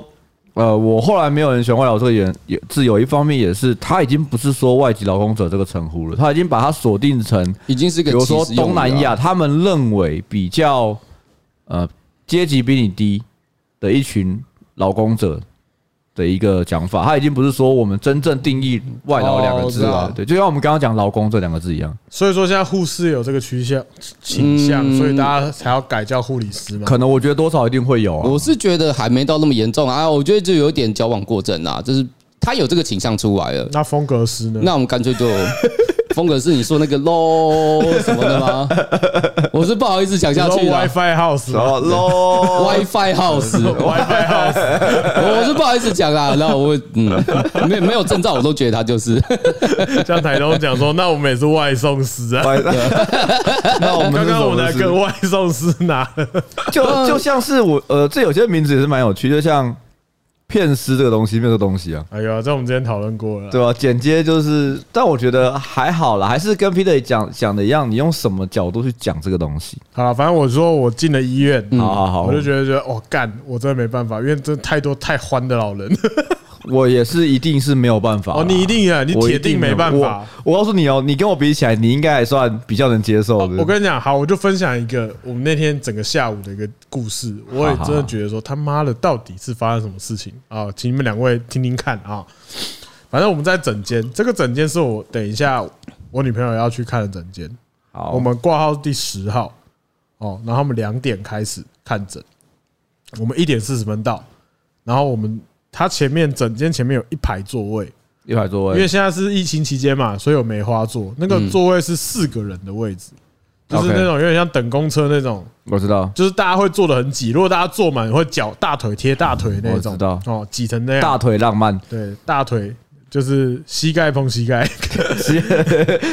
呃，我后来没有人选外劳这个原也自由，一方面也是他已经不是说外籍劳工者这个称呼了，他已经把它锁定成，
已经是
比
个
如说哦
歧视用语
东南
了啊
亚，他们认为比较呃阶级比你低的一群劳工者。的一个讲法，他已经不是说我们真正定义“外劳”两个字
哦我
了
知，道
对，就像我们刚刚讲“劳工”这两个字一样，
所以说现在护士有这个趋向倾向，
嗯
所以大家才要改叫护理师嘛。
可能我觉得多少一定会有啊。
我是觉得还没到那么严重啊，我觉得就有点矫枉过正啊，就是他有这个倾向出来了，
那风格师呢？
那我们干脆就风格是你说那个喽什么的吗？我是不好意思讲
你
下
说
去了。
WiFi house
然
吗
后喽
WiFi house，
WiFi house
我是不好意思讲啦，那我嗯，没没有证照，我都觉得他就是，
像台东讲说，那我们也是外送师啊。
那我们
刚
是
刚
什
我
么
们来
是
跟外送师拿了
就就像是我呃，这有些名字也是蛮有趣，就像骗师这个东西，骗这个东西啊，
哎呀，这我们之前讨论过了啦。
对吧、剪接就是，但我觉得还好啦，还是跟 Peter 讲讲的一样，你用什么角度去讲这个东西？
好了，反正我说我进了医院，
好嗯好好，
我就觉得觉得哦，干，我真的没办法，因为真的太多太欢 的老人。
我也是一定是没有办法啦
哦，你一定啊，你
我
铁
一
定没
有
办法。
我我告诉你哦，你跟我比起来，你应该还算比较能接受的。
哦我跟你讲，好，我就分享一个我们那天整个下午的一个故事。我也真的觉得说，他妈的，到底是发生什么事情啊？请你们两位听听看啊。反正我们在整间，这个整间是我等一下我女朋友要去看的整间，
好，
我们挂号第十号哦，然后他们两点开始看诊，我们一点四十分到，然后我们他前面整间前面有一排座位，
一排座
因为
位，
现在是疫情期间嘛，所以有梅花
嗯
座，那个座位是四个人的位置，就是那种有点像等公车那种，
我知道
就是大家会坐的很挤，如果大家坐满会脚大腿贴大腿那
我
种
知道，
哦，挤成那样，
大腿浪漫，
对，大腿就是膝盖碰膝盖，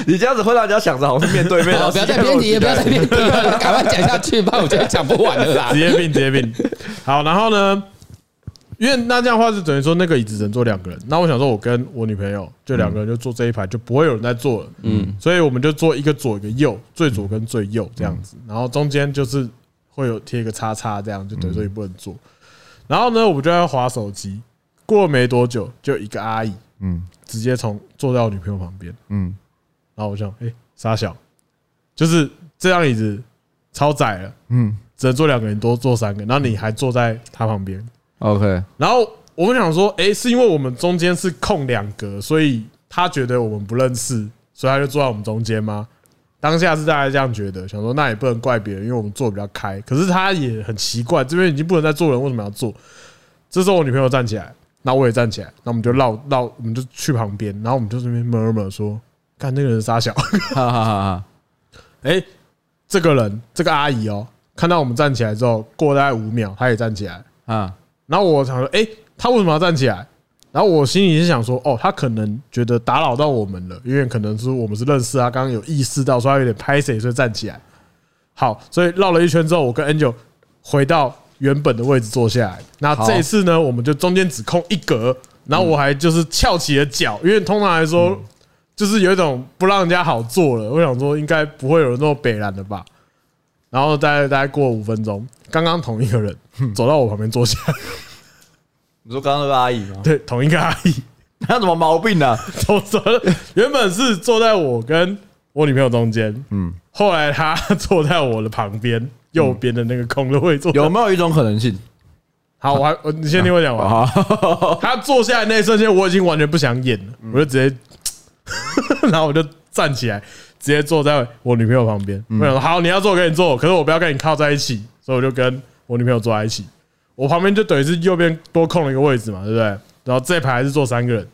你这样子会让人家想着好像是面对面，然
好
后
不要再偏题，也不要再偏题了，赶快讲下去吧，我觉得讲不完了 啦
职。业病，职业病。好，然后呢，因为那这样的话是等于说那个椅子只能坐两个人。那我想说，我跟我女朋友就两个人就坐这一排，就不会有人在坐了。嗯，所以我们就坐一个左一个右，最左跟最右这样子，
嗯
然后中间就是会有贴一个叉叉，这样就
嗯
等于说你不能坐。然后呢，我们就在划手机。过了没多久，就一个阿姨
嗯
直接从坐在我女朋友旁边，
嗯，
然后我想，哎、傻小，就是这张椅子超窄了。
嗯
只能坐两个人，多坐三个，然后你还坐在他旁边。
，OK，
然后我们想说，诶，是因为我们中间是空两格，所以他觉得我们不认识，所以他就坐在我们中间吗？当下是大家这样觉得，想说那也不能怪别人，因为我们坐得比较开。可是他也很奇怪，这边已经不能再坐人，为什么要坐？这时候我女朋友站起来，那我也站起来，那我们就绕绕，我们就去旁边，然后我们就这边 murmur 说，看那个人傻小，
哈哈哈！
哎、这个人，这个阿姨哦，看到我们站起来之后，过大概五秒，她也站起来。
哈啊，
然后我想说，哎、她为什么要站起来？然后我心里是想说，哦，她可能觉得打扰到我们了，因为可能是我们是认识啊，刚刚有意识到，所以她有点拍谁，所以站起来。好，所以绕了一圈之后，我跟 Angel 回到原本的位置坐下来。那
好
这一次呢，我们就中间只空一格，然后我还就是翘起了脚，因为通常来说，就是有一种不让人家好做了。我想说，应该不会有人那么北然的吧。然后大概大概过五分钟，刚刚同一个人走到我旁边坐下，
你说刚刚那个阿姨吗？
对，同一个阿姨
她有什么毛病啊？
走走，原本是坐在我跟我女朋友中间，嗯，后来她 坐在我的旁边右边的那个空的位置。
有没有一种可能性？
好，我还我你先听我讲完。
啊，
他坐下来那一瞬间，我已经完全不想演了，我就直接， 然后我就站起来，直接坐在我女朋友旁边。我想说，好，你要坐跟你坐，可是我不要跟你靠在一起，所以我就跟我女朋友坐在一起。我旁边就等于是右边多空了一个位置嘛，对不对？然后这排还是坐三个人，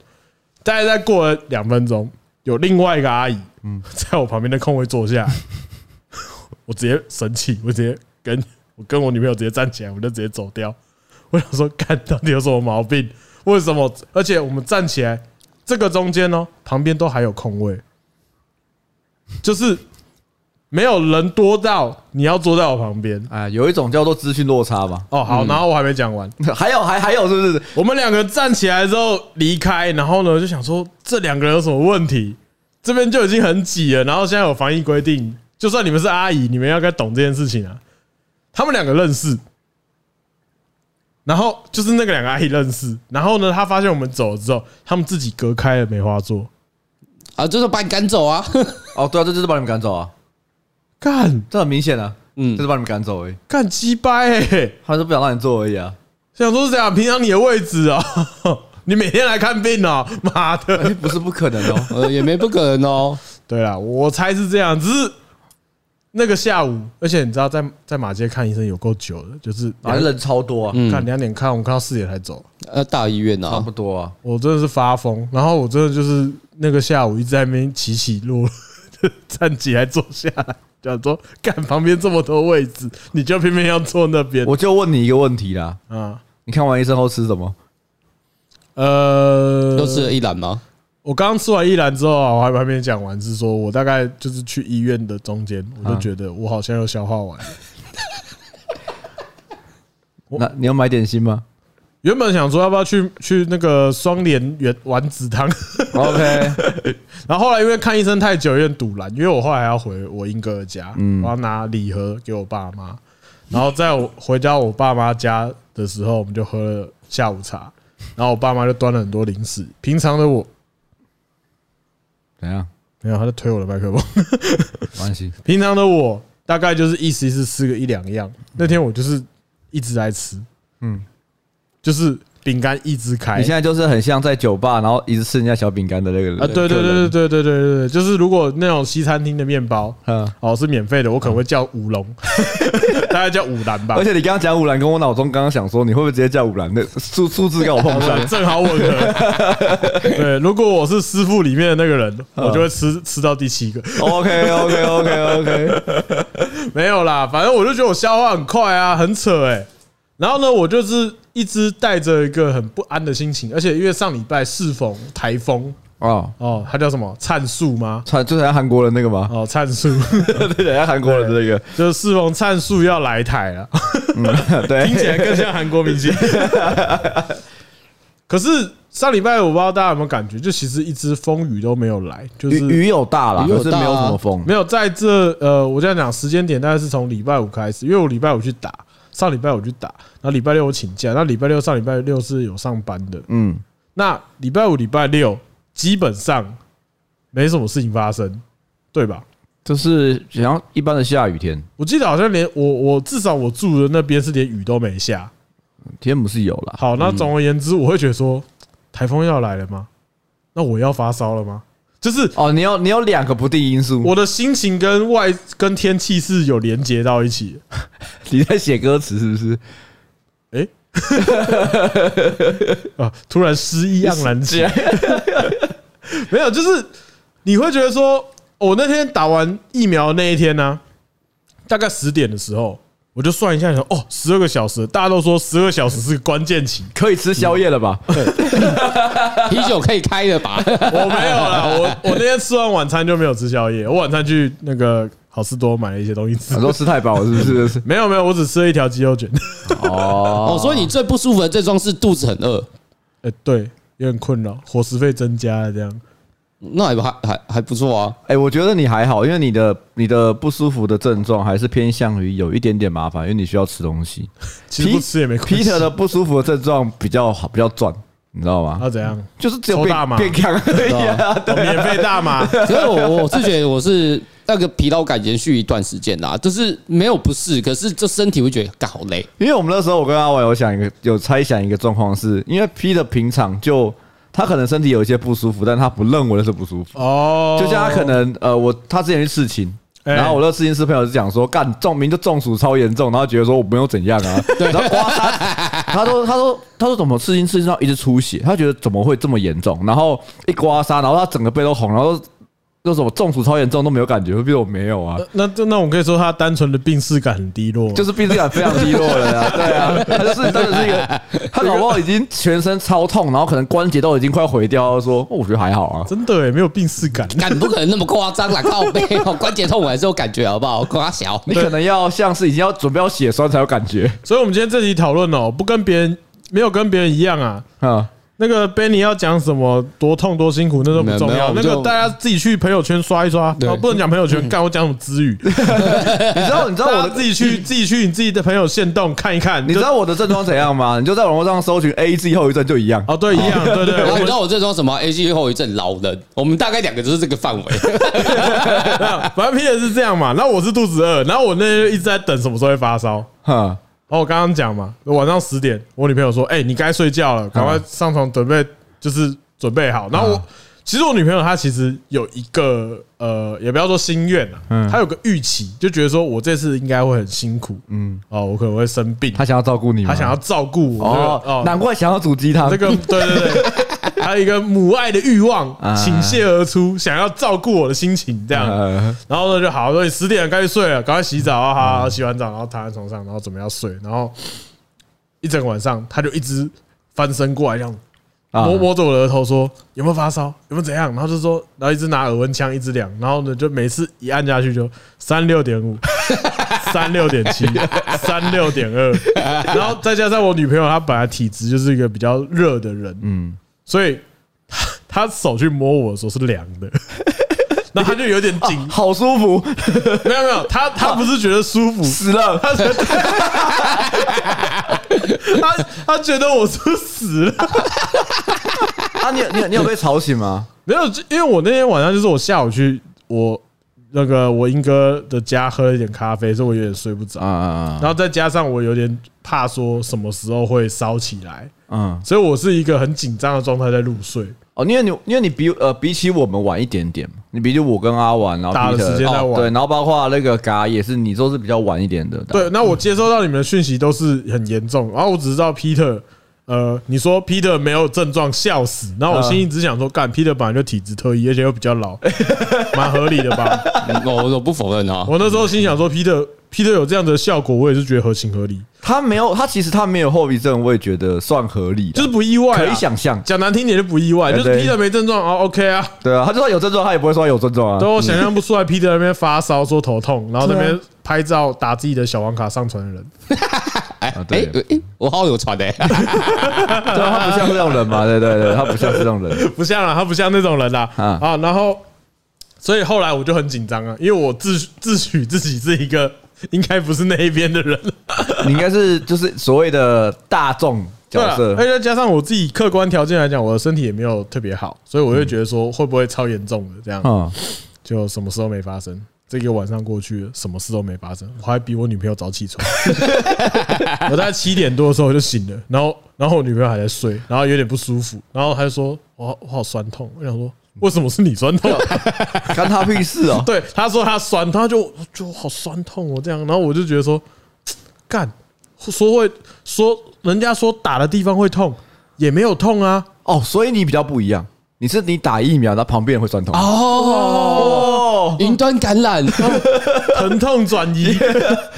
大概再过了两分钟，有另外一个阿姨，在我旁边的空位坐下来，我直接生气，我直接跟我跟我女朋友直接站起来，我就直接走掉。我想说，看到底有什么毛病？为什么？而且我们站起来，这个中间呢，旁边都还有空位，就是没有人多到你要坐在我旁边。
哎，有一种叫做资讯落差吧。
哦，好，然后我还没讲完，
还有，还还有，是不是？
我们两个站起来之后离开，然后呢就想说这两个人有什么问题？这边就已经很挤了，然后现在有防疫规定，就算你们是阿姨，你们要该懂这件事情啊。他们两个认识，然后就是那个两个阿姨认识，然后呢，他发现我们走了之后，他们自己隔开了梅花座，
啊，就是把你赶走啊，
哦，对啊，这就是把你们赶走啊，
干
这很明显啊，
嗯
嗯，就是把你们赶走而已，
干鸡掰、欸！
他是不想让你做而已 啊。
想说是这样，平常你的位置啊、 你每天来看病啊、妈的！
哎不是不可能 哦，
呃，也没不可能哦。
对啦，我猜是这样，只是那个下午，而且你知道在，在马街看医生有够久的，就是
反
两
正人超多啊，
看两点看，我们看到四点才走，
呃，大医 院
差
啊
不，多啊。
我真的是发疯。然后我真的就是那个下午一直在那边起起落落， 站起来坐下来，想说干旁边这么多位置，你就偏偏要坐那边
我就问你一个问题啦，
啊？
你看完医生后吃什么？
呃，
都吃了一篮吗？
我刚刚吃完一兰之后啊，我还还没讲完，是说我大概就是去医院的中间，我就
啊
觉得我好像又消化完了。我
那你要买点心 吗
原本想说要不要去去那个双联圆丸子汤，
？OK，
然后后来因为看医生太久，有点堵拦，因为我后来还要回我英哥的家，
嗯
我要拿礼盒给我爸妈，然后在我回家我爸妈家的时候，我们就喝了下午茶，然后我爸妈就端了很多零食。平常的我
怎样？
没有，他在推我的麦克风。
没关系，
平常的我大概就是一时一时吃个一两样，那天我就是一直在吃，嗯
嗯，
就是饼干一直开，
你现在就是很像在酒吧，然后一直吃人家小饼干的那个人
啊，对对对对，对对对对对，就是如果那种西餐厅的面包
嗯。
哦是免费的，我可能会叫五龙，大概叫五兰吧，
而。且你刚刚讲五兰，跟我脑中刚刚想说，你会不会直接叫五兰？那数数字刚好碰上
正好吻合。 对，如果我是师傅里面的那个人，我就会吃吃到第七个。
OK OK OK OK，
没有啦，反正我就觉得我消化很快啊，很扯哎、然后呢，我就是一直带着一个很不安的心情，而且因为上礼拜适逢台风
哦，
哦，它叫什么灿树吗？
传就是韩国人那个吗？
哦，灿树
对，人家韩国人的那个，
就是适逢灿树要来台啊了，
对，
听起来更像韩国明星。 可是上礼拜我不知道大家有没有感觉，就其实一直风雨都没有来，就是
雨雨有大啦，
雨有
可
大啊
是没有什么风
没。有在这呃，我这样讲时间点大概是从礼拜五开始，因为我礼拜五去打，上礼拜五去打，然后礼拜六我请假，那礼拜六上礼拜六是有上班的，
嗯，
那礼拜五礼拜六基本上没什么事情发生，对吧？
就是像一般的下雨天，
我记得好像连我我至少我住的那边是连雨都没下，
天母是有啦，
好，那总而言之，我会觉得说，台风要来了吗？那我要发烧了吗？就是
哦，你有你有两个不定因素，
我的心情跟外跟天气是有连接到一起。
你在写歌词是不是？
诶，啊，突然诗意盎然起来，没有，就是你会觉得说，哦我那天打完疫苗那一天呢、啊大概十点的时候，我就算一下，想说哦，十二个小时，大家都说十二小时是关键期，
可以吃宵夜了吧？
啤酒可以开了吧？
我没有啦， 我我那天吃完晚餐就没有吃宵夜，我晚餐去那个好事多买了一些东西吃
你，说吃太饱了是 不是？
没有没有，我只吃了一条鸡肉卷，
哦
哦，所以你最不舒服的症状是肚子很饿，
哎，对，有点困扰，伙食费增加了这样。
那还不还还还不错啊。
哎、我觉得你还好，因为你的你的不舒服的症状还是偏向于有一点点麻烦，因为你需要吃东西。
其实不吃也没关系
Peter 的不舒服的症状比较好，比较赚，你知道吗？
要啊怎 样？
就是只有
抽大麻
变变强而已啊。
哦免费 大麻，
所以我我是觉得我是那个疲劳感延续一段时间啦，就是没有不适，可是这身体会觉得干好累。
因为我们那时候我跟阿伟有想一个有猜想一个状况是，因为 Peter 平常就他可能身体有一些不舒服，但他不认为是不舒服。
哦，
就像他可能呃，我他之前去刺青，
哎
然后我那刺青师朋友是讲说，干中明就中暑超严重，然后觉得说我没有怎样啊，然后刮痧，他说他说他说怎么刺青刺青到一直出血，他觉得怎么会这么严重，然后一刮痧，然后他整个背都红，然后那什么中暑超严重都没有感觉，比如我没有啊。
那那那我可以说他单纯的病视感很低落吗，
就是病耻感非常低落了啊，对啊，他就是真的是一个，他搞不好已经全身超痛，然后可能关节都已经快毁掉了，说、哦、我觉得还好啊，
真的也没有病视感。
干不可能那么夸张啦， 靠背哦，关节痛我还是有感觉好不好？瓜小，
你可能要像是已经要准备要血栓才有感觉
所以我们今天这集讨论哦，不跟别人没有跟别人一样啊。
啊。
那个 Benny 要讲什么多痛多辛苦，那都不重
没有
要。
没
那
有
个大家自己去朋友圈刷一刷，
对
哦，不能讲朋友圈，干我讲什么词语？
你知道你知道
那
嗯我
我
的
自己去自己去你自己的朋友线动看一看，
你知
就
道我的症状怎样吗？你就在网络上搜寻 A G 后遗症就一样。
哦，对，一样，对 对，
然后
我
你知
们
道我这种什么 A G 后遗症老人，我们大概两个就是这个范围。
反正 Peter 是这样嘛。然后我是肚子饿，然后我那天就一直在等什么时候会发烧。
哈，
哦，我刚刚讲嘛，晚上十点，我女朋友说：“哎、你该睡觉了，赶快上床准备，就是准备好。”然后我、其实我女朋友她其实有一个呃，也不要说心愿啊，她有个预期，就觉得说我这次应该会很辛苦，嗯，哦，我可能会生病，
他想要照顾你吗，
她想要照顾我、这个
哦，难怪想要煮鸡汤。
这个对对对，还有一个母爱的欲望
啊
倾泻而出，想要照顾我的心情，这样。
呃
然后呢就好，所以十点了该去睡了，赶快洗澡啊，好好洗完澡，然后躺在床上，然后准备要睡，然后一整晚上他就一直翻身过来，这样
啊
摸摸着我的额头说有没有发烧，有没有怎样，然后就说，然后一直拿耳温枪一直量，然后呢就每次一按下去就三六点五。三六点七，三六点二，然后再加上我女朋友，她本来体质就是一个比较热的人，嗯，所以她她手去摸我的时候是凉的，那她就有点紧，
好舒服，
没有没有，他他不是觉得舒 服，
死了。
他觉得他他觉得我是死了，
啊，你有你有你有被吵醒吗？
没有，就因为我那天晚上就是我下午去我那个我英哥的家喝了一点咖啡，所以我有点睡不着，
啊啊
然后再加上我有点怕说什么时候会烧起来，
嗯，
所以我是一个很紧张的状态在入睡，
哦，因为你因为你比呃比起我们晚一点点嘛，你比起我跟阿婉，然后
打的
Peter，
时间再晚
哦对，然后包括那个嘎也是，你都是比较晚一点的。
对，那我接收到你们的讯息都是很严重，然后我只知道 Peter，呃，你说 Peter 没有症状，笑死。然后我心里只想说，干 Peter 本来就体质特异，而且又比较 老，蛮合理的吧？
嗯我我不否认啊，
我那时候心想说，Peter Peter 有这样的效果，我也是觉得合情合理，
他没有，他其实他没有后遗症，我也觉得算合理的，
就是不意外啊，
可以想象。
讲难听点就不意外，就是
对
Peter 没症状哦，OK 啊。
对啊，他就算有症状，他也不会说有症状啊。
都想象不出来，Peter 那边发烧说头痛，然后那边拍照打自己的小黄卡上传的人，
哎
啊对
哎哎，我好有传的，
对啊，他不像这种人 嘛，对对对，他不像这种人。
不像了，他不像那种人啦。
啊
啊，然后，所以后来我就很紧张啊，因为我自自诩自己是一个应该不是那一边的人，
你应该是就是所谓的大众角
对啊
色
而且再加上我自己客观条件来讲，我的身体也没
嗯
有特别好，所以我就觉得说会不会超严重的这样，
啊，
就什么时候没发生。这个晚上过去了，什么事都没发生，我还比我女朋友早起床。我大概七点多的时候我就醒了，然后然后我女朋友还在睡，然后有点不舒服，然后她就说我好我好酸痛，我想说为什么是你酸痛？！
干他屁事哦
对，她说她酸，她就就好酸痛哦这样，然后我就觉得说干说会说人家说打的地方会痛，也没有痛啊，
哦，所以你比较不一样，你是你打疫苗，那旁边人会酸痛。
哦，云端感 染，
疼痛转移。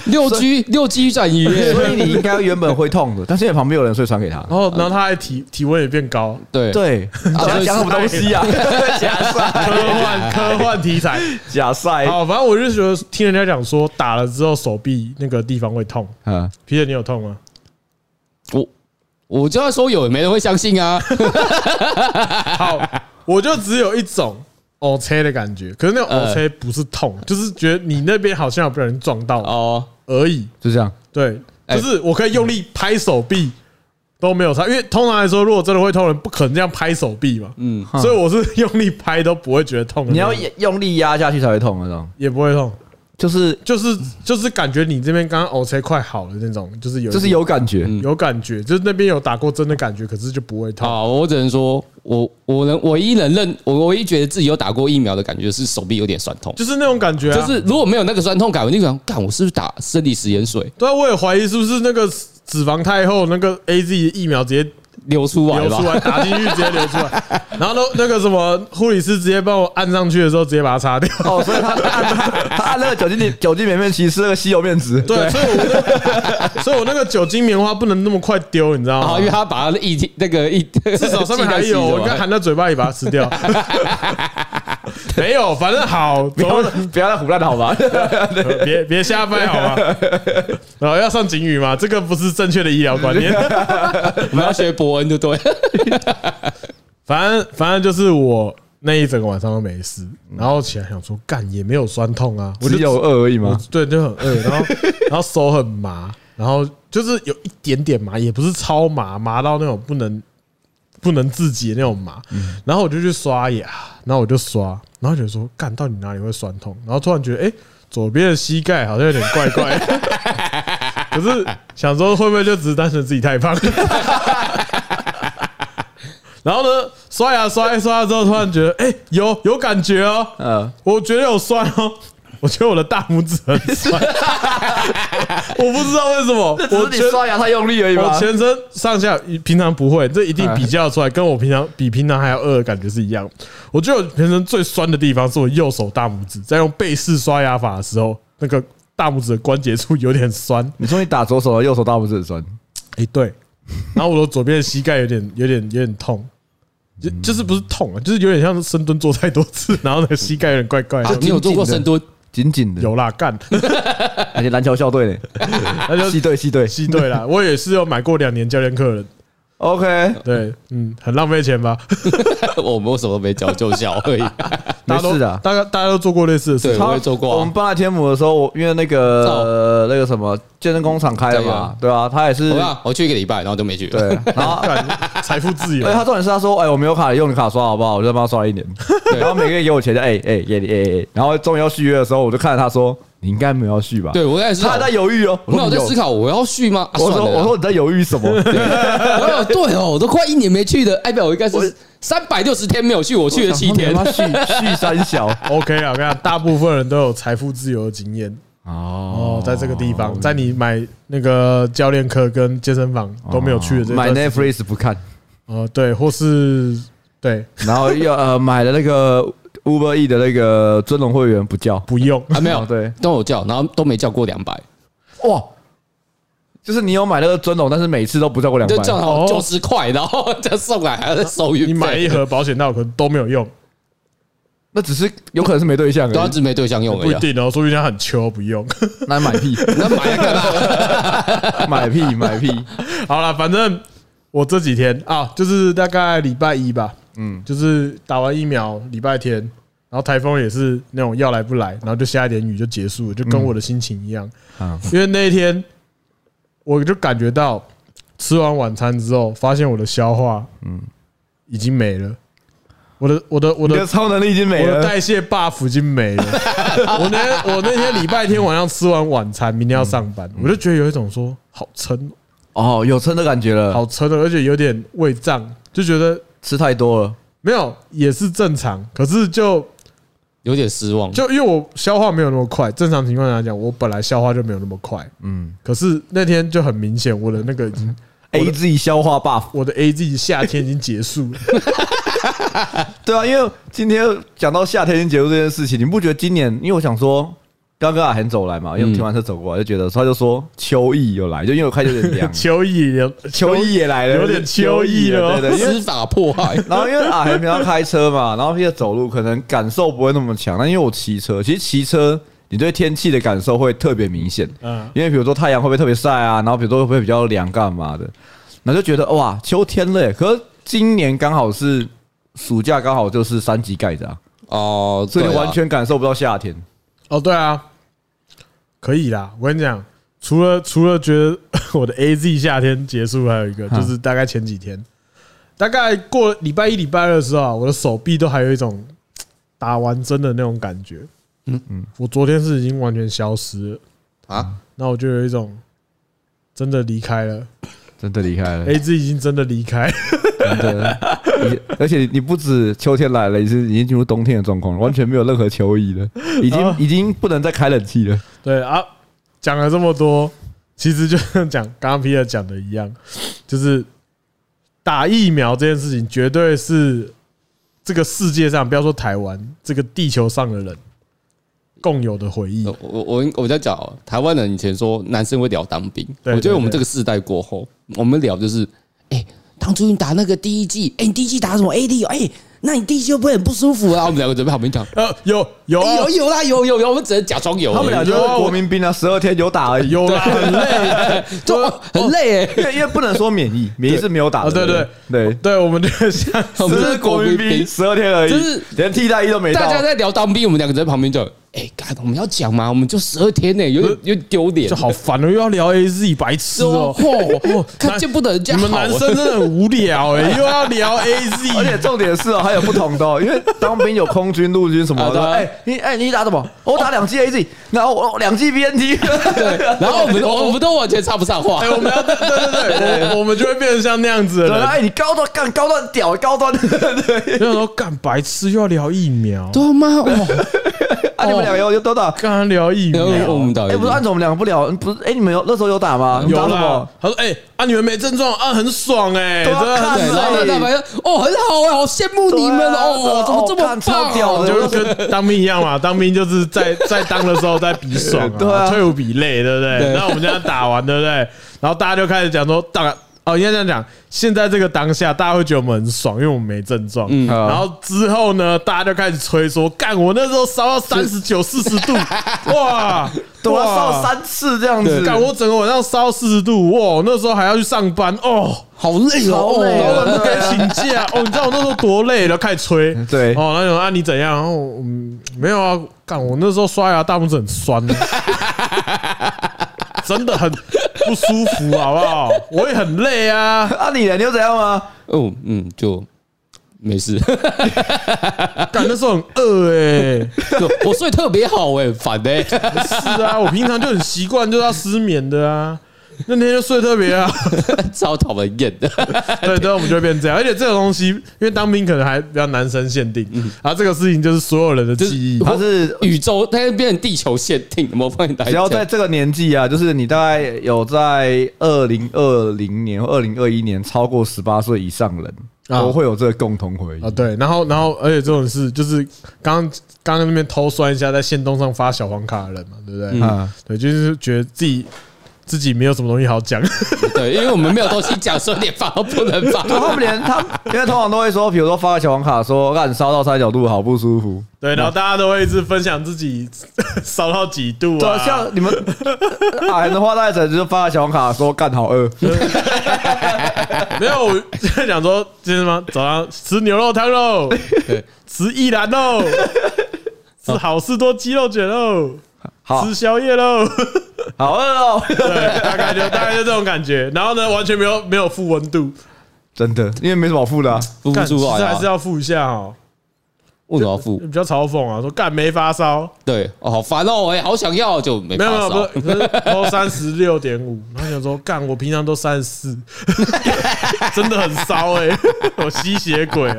六 G 六 G 转移耶，
所以你应该原本会痛的，但是因为旁边有人，所以传给他。
然后，然后他还体体温也变高，
对，
对，你
所
在
以
讲什么东西啊？啊假
科
赛，
幻科幻题材。
假赛，
好，反正我就觉得听人家讲说，打了之后手臂那个地方会痛。
嗯，
皮特，你有痛吗？
我我就要说有，也没人会相信啊。
好，我就只有一种 O C 的感觉，可是那种 O C 不是痛，就是觉得你那边好像有被人撞到
哦，
而已。
就这样。
对，
哎
就是我可以用力拍手臂都没有差，因为通常来说，如果真的会痛的人，不可能这样拍手臂嘛。嗯，所以我是用力拍都不会觉得痛的
你
那种，
要用力压下去才会痛那种，
也不会痛。
就是
就是就是感觉你这边刚刚 O C 快好了那种，就是有一
就是有感觉。
有感觉，就是那边有打过针的感觉，可是就不会痛。
好，啊我只能说，我我能唯一能认，我唯一觉得自己有打过疫苗的感觉是手臂有点酸痛，
就是那种感觉、啊，
就是如果没有那个酸痛感，我就想，干，我是不是打生理食盐水
对啊，我也怀疑是不是那个脂肪太厚，那个 A Z 疫苗直接
流出来
流出
吧？
来，打进去直接流出来，然后都那个什么护理师直接帮我按上去的时候，直接把它 擦掉。
哦，所以他按他按那个酒精 里酒精棉面其实是那个稀有面纸，
对，所以我那所以我那个 酒精棉花不能那么快丢，你知道
啊，
吗
因为？他把那一那个一
哦 至少 上面还
剂量
有，
吸走
我应该含在嘴巴里把它吃 掉。没有，反正好，
不要
总
不要再胡乱了好 吧？
别别瞎掰好吗？然后要上警语嘛，这个不是正确的医疗观念。
我们要学伯恩就对，
反正反正就是我那一整个晚上都没事，然后起来想说干也没有酸痛啊，我就
只有饿而已
我
吗？
对就很饿，然后然后手很麻，然后就是有一点点麻，也不是超麻，麻到那种不能不能自己的那种麻。然后我就去刷牙，然后我就刷，然后觉得说干到底哪里会酸痛，然后突然觉得哎、诶左边的膝盖好像有点怪怪， 可是想说会不会就只是单纯自己太胖。 然后呢，刷牙刷一刷之后，突然觉得，哎、有有感觉哦，
嗯，
我觉得有酸哦， 我觉得我的大拇指很 酸，我不知道为什么，我
只是你
全
刷牙太用力而已
我
吗？
全身上下平常不会，这一定比较出来，跟我平常比平常还要饿的感觉是一样。我觉得我全身最酸的地方是我右手大拇指，在用背式刷牙法的时候，那个大拇指的关节处有点酸。
你说你打左手，右手大拇指很酸，
哎、对，然后我的左边的膝盖有点、有点、有点痛，就就是不是痛啊，就是有点像是深蹲做太多次，然后那个膝盖有点怪怪
啊
的。
你有做过深蹲？
紧紧的，
有啦，干，
而且篮球校 队
那
呢，系
就
队系队嗯
系 对啦。我也是有买过两年教练课的，
，OK，
对，嗯，很浪费钱吧？
我我什么没教就笑而已。
没
大家都
事的。
大家大家都做过类似的事
对，
情。
我也做过
我
啊
们。搬来天母的时候，我因为那个呃那个什么健身工厂开了
对
嘛
啊，
对吧？他也是
我看我去一个礼拜，然后就没去。
对， 然后
干财富自 由
对，他重点是他说，哎，我没有卡，你用你卡刷好不好？我就帮他刷了一年，然后每个月给我钱就哎哎给你哎哎，然后终于要续约的时候，我就看着他说，你应该没有要续吧？
对，我在思
他
考
还，在犹豫哦，
没有
说
我
你
在
有
思考，我要续吗？啊
我
算
说
了啦
我说你在犹豫 什么？
哦， 对哦，我都快一年没去了。代表我应该
我
是三百六十天没有去，我去了七
然后
天
你。 他妈续续三小
OK 啊，我跟你讲，大部分人都有财富自由的经验
哦
哦，在这个地方，在你买那个教练课跟健身房都没有去的这
哦买
段时间
Netflix 不看，
哦，对，或是对
然后又呃买了那个 Uber E 的那个尊龙会员不叫，
不用，
啊，没有
哦，对，
都有叫，然后都没叫过两百，
哇，就是你有买那个尊龙，但是每次都不超过两
就
百，
叫
哦
好九十块，然后 就送来，还在收运费。
你买一盒保险套可能都没有用，
那只是有可能是没对象
都要
而已，
只没对象用而
不
已
一
啊。
定哦，说不定他很秋不用。
那买 屁
那买来干嘛？
买屁买屁，
好了，反正我这几天啊，就是大概礼拜一吧，嗯，就是打完疫苗，礼拜天，然后台风也是那种要来不来，然后就下一点雨就结束了，就跟我的心情一样。
嗯
因为那一天我就感觉到吃完晚餐之后，发现我的消化，嗯，已经没了。我的我的我
你
的
的超能力已经没
我的
了。
代谢 buff 已经 没了。我那我那天礼拜天晚上吃完晚餐，明天要上班，
嗯
我就觉得有一种说好撑
哦，有撑的感觉
哦，
了，
好撑哦，而且有点胃胀，就觉得
吃太多了。
没有也是正常，可是就
有点失望。
就因为我消化没有那么快，正常情况下讲，我本来消化就没有那么快，
嗯
可是那天就很明显，我的那个已经
，A Z 消化 buff。
我的 A Z 夏天已经结束了，，
对啊，因为今天讲到夏天结束这件事情，你不觉得今年？因为我想说，刚刚阿涵走来嘛，因为我们停完车走过来，就觉得他就说秋意又来，就因为我开始有点凉
秋意有
秋意也来了，
有点秋意了哦
对对，因为
司法 迫害，
然后因为阿涵平常开车嘛，然后现在走路可能感受不会那么强，但因为我骑车，其实骑车你对天气的感受会特别明显，
嗯
因为比如说太阳会不会特别晒啊，然后比如说会不会比较凉干嘛的，然后就觉得哇秋天了耶，可是今年刚好是暑假，刚好就是三级盖着啊，
哦，
所以
对
你
啊
完全感受不到夏天。
哦，对啊，可以啦。我跟你讲，除了除了觉得我的 A Z 夏天结束，还有一个
哈
就是大概前几天，大概过礼拜一、礼拜二的时候啊，我的手臂都还有一种打完针的那种感觉。嗯
嗯
嗯，我昨天是已经完全消失了，
啊，
那我就有一种真的离开了
真的离
哎
开了，
，A Z 已经真的离开。
真的，你而且你不止秋天来了，已经已经进入冬天的状况了，完全没有任何秋意了，已
哦
经已经不能再开冷气了。
对啊，讲了这么多，其实就像讲刚刚皮特讲的一样，就是打疫苗这件事情，绝对是这个世界上，不要说台湾，这个地球上的人共有的回忆。
我我我我在讲哦台湾人以前说男生会聊当兵，
对
我觉
对
得我们
对
这个世代过后，我们聊就是，哎，当初你打那个第一季，哎，你第一季打什么 AD 哦，哎，那你第一季会不会很不舒服啊？我们两个准备好没讲，
呃，有有
哎
啊
有有啦有有有，我们只能假装有而已，
哦他们俩哦就是国民兵啊，十二天有打而已，
有啦，很累。
就很累哎，
因为因为不能说免疫，免疫是没有打的，
啊对对
对，
对，我们就像
我们
只
这
是国民兵十二天而已，
就是
连替代役都没哎到
大。家在聊当兵，我们两个在旁边就，哎，干我们要讲吗？我们就十二天呢，有点有点丢脸，
就好烦哦，又要聊 A Z 白痴哦
说，嚯，啊看
男
见不得人家
你们
好
男
欸
生真的很无聊哎，又要聊 A
而
Z，
且重点是哦，还有不同的哦， 因为当兵有空军、陆军什么
啊对
的。
啊
哎，你哎，你打什么？我打两 G A Z，然后我两 G B N T。
对，然后我们我们都完全插不上话
哎，，我们要对对对，我我们就会变成像那样子的
对，
人。
哎，你高端干高端屌，高端 对。
那时候干白痴又要聊疫苗，
对哦吗？哇，
啊，你们两个有有都打？
刚刚聊疫
然后我
苗
们。导
哎，
游
不是，按总我们两个不聊，不是？哎，你们有那时候有打吗？你们
有
打什么
啦？，他说：“哎、啊，你们没症状啊，很爽哎、
对
真
啊
的
看
对，
很
然
爽，
后大白哦，很好哎，好羡慕你们哦，怎么这么棒？啊
就是跟当兵一样 嘛。当兵就是在在当的时候在比爽啊，
对啊
退伍比累，对不对？
对
那我们这样打完，对不对？然后大家就开始讲说，大哦，应该这样讲，现在这个当下，大家会觉得我们很爽，因为我们没症状。
嗯
然后
啊
之后呢，大家就开始吹说，干，我那时候烧到三十九、四 十度，哇，
对啊，
哇
上三次这样子。
干我整个晚上烧四十度，哇！那时候还要去上班哦，
好累哦，
然后
啊
不该请假哦。你知道我那时候多累了，开始吹
嗯对
哦，那种啊你怎样？然后嗯没有啊，干我那时候刷牙大拇指很酸的，真的很不舒服，好不好？我也很累啊，
啊，你呢？你又怎样吗？
哦，嗯，就没事，
干那时候很饿哎。
我睡特别好哎， 反的，
是啊，我平常就很习惯就是要失眠的啊。那天就睡特别好，
超讨人厌的，
对，对，我们就会变这样。而且这个东西，因为当兵可能还比较男生限定，然后这个事情就是所有人的记忆。
他嗯是
宇宙它变成地球限定，我帮你打
只要在这个年纪啊，就是你大概有在二零二零年、二零二一年超过十八岁以上人，
啊
都会有这个共同回忆
啊，。对，然后，然后，而且这种事就是刚刚刚刚那边偷酸一下，在线动上发小黄卡的人嘛，对不对？
嗯
对，就是觉得自己自己没有什么东西好讲，
对，因为我们没有东西讲，所以连发都不能发。
他们连 他，因为通常都会说，比如说发个小黄卡，说让你烧到三角度好不舒服。
对，然后大家都会一直分享自己烧到几度
对啊
啊，，
像你们 矮人的话，大概只能就是发个小黄卡，说干好 饿。
没有，我在想说，今天吗？早上吃牛肉 汤喽，
对
吃一兰喽，吃好事多鸡肉卷喽，
好
吃宵夜喽。
好饿哦，
对，大概就大概就这种感觉。然后呢，完全没有没有负温度，
真的，因为没什么好付的啊。
不
干
出
其
来
实还是
了，
要负一下哦。
为什么要付？
比较嘲讽啊，说干没发烧，
对，哦，好烦哦，哎，好想要就没
没有没
发
有，不
烧
是，不是都三十六点五，然后想说干，我平常都三十四， 真的很骚哎、我吸血鬼、啊，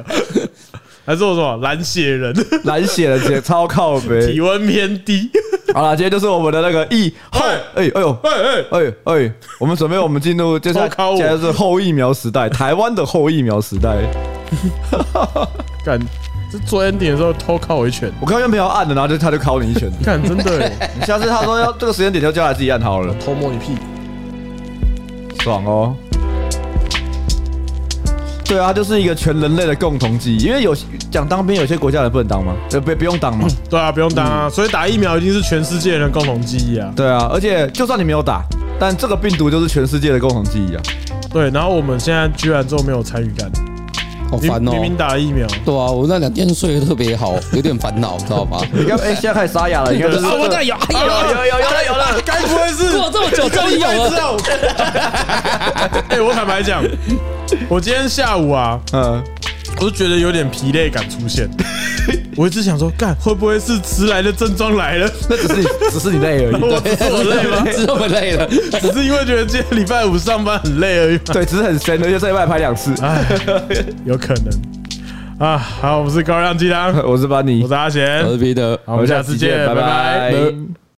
还是我什么蓝血人，
蓝血的姐超靠
体
北。
温偏低，
好了，今天就是我们的那个疫后，哎哎呦。
哎哎，
哎哎，我们准备，我们进入接下来，
偷敲我
接下来是后疫苗时代，台湾的后疫苗时代。
干，这做 ending 的时候偷靠我一拳，
我看原朋友按的，然后就他就敲你一 拳。
干真的、欸，
你下次他说要这个时间点就叫他自己按好了，
偷摸你屁，
爽哦。对啊，它就是一个全人类的共同记忆，因为有讲当兵，有些国家人不能当嘛，呃，不不用当嘛。
对啊，不用当啊，所以打疫苗一定是全世界人共同记忆啊，
对啊，而且就算你没有打，但这个病毒就是全世界的共同记忆啊。
对，然后我们现在居然都没有参与感，
好
明
烦
明明
哦。
打疫苗，
对啊，我那两天睡得特别好，有点烦恼，知道吗？
你看，哎，现在开始沙哑了，你 看这是
啊，我的有，哎呦，
有有有了有了，
该不会是
过这么久终于有了，
哦
道。哎，我坦白讲，我今天下午啊，
嗯，
我就觉得有点疲累感出 现。我一直想说，干会不会是迟来的症状来了？
那只是你只是你累而已，
我只是我累吗？
这么累了，
只是因为觉得今天礼拜五上班很累而已嘛。
对，只是很神的，就这一拜拍两次。
哎，有可能啊。好，我们是高亮鸡汤，
我是班尼
我是，阿贤
我，是彼得。
好，我们下次见，拜拜。
拜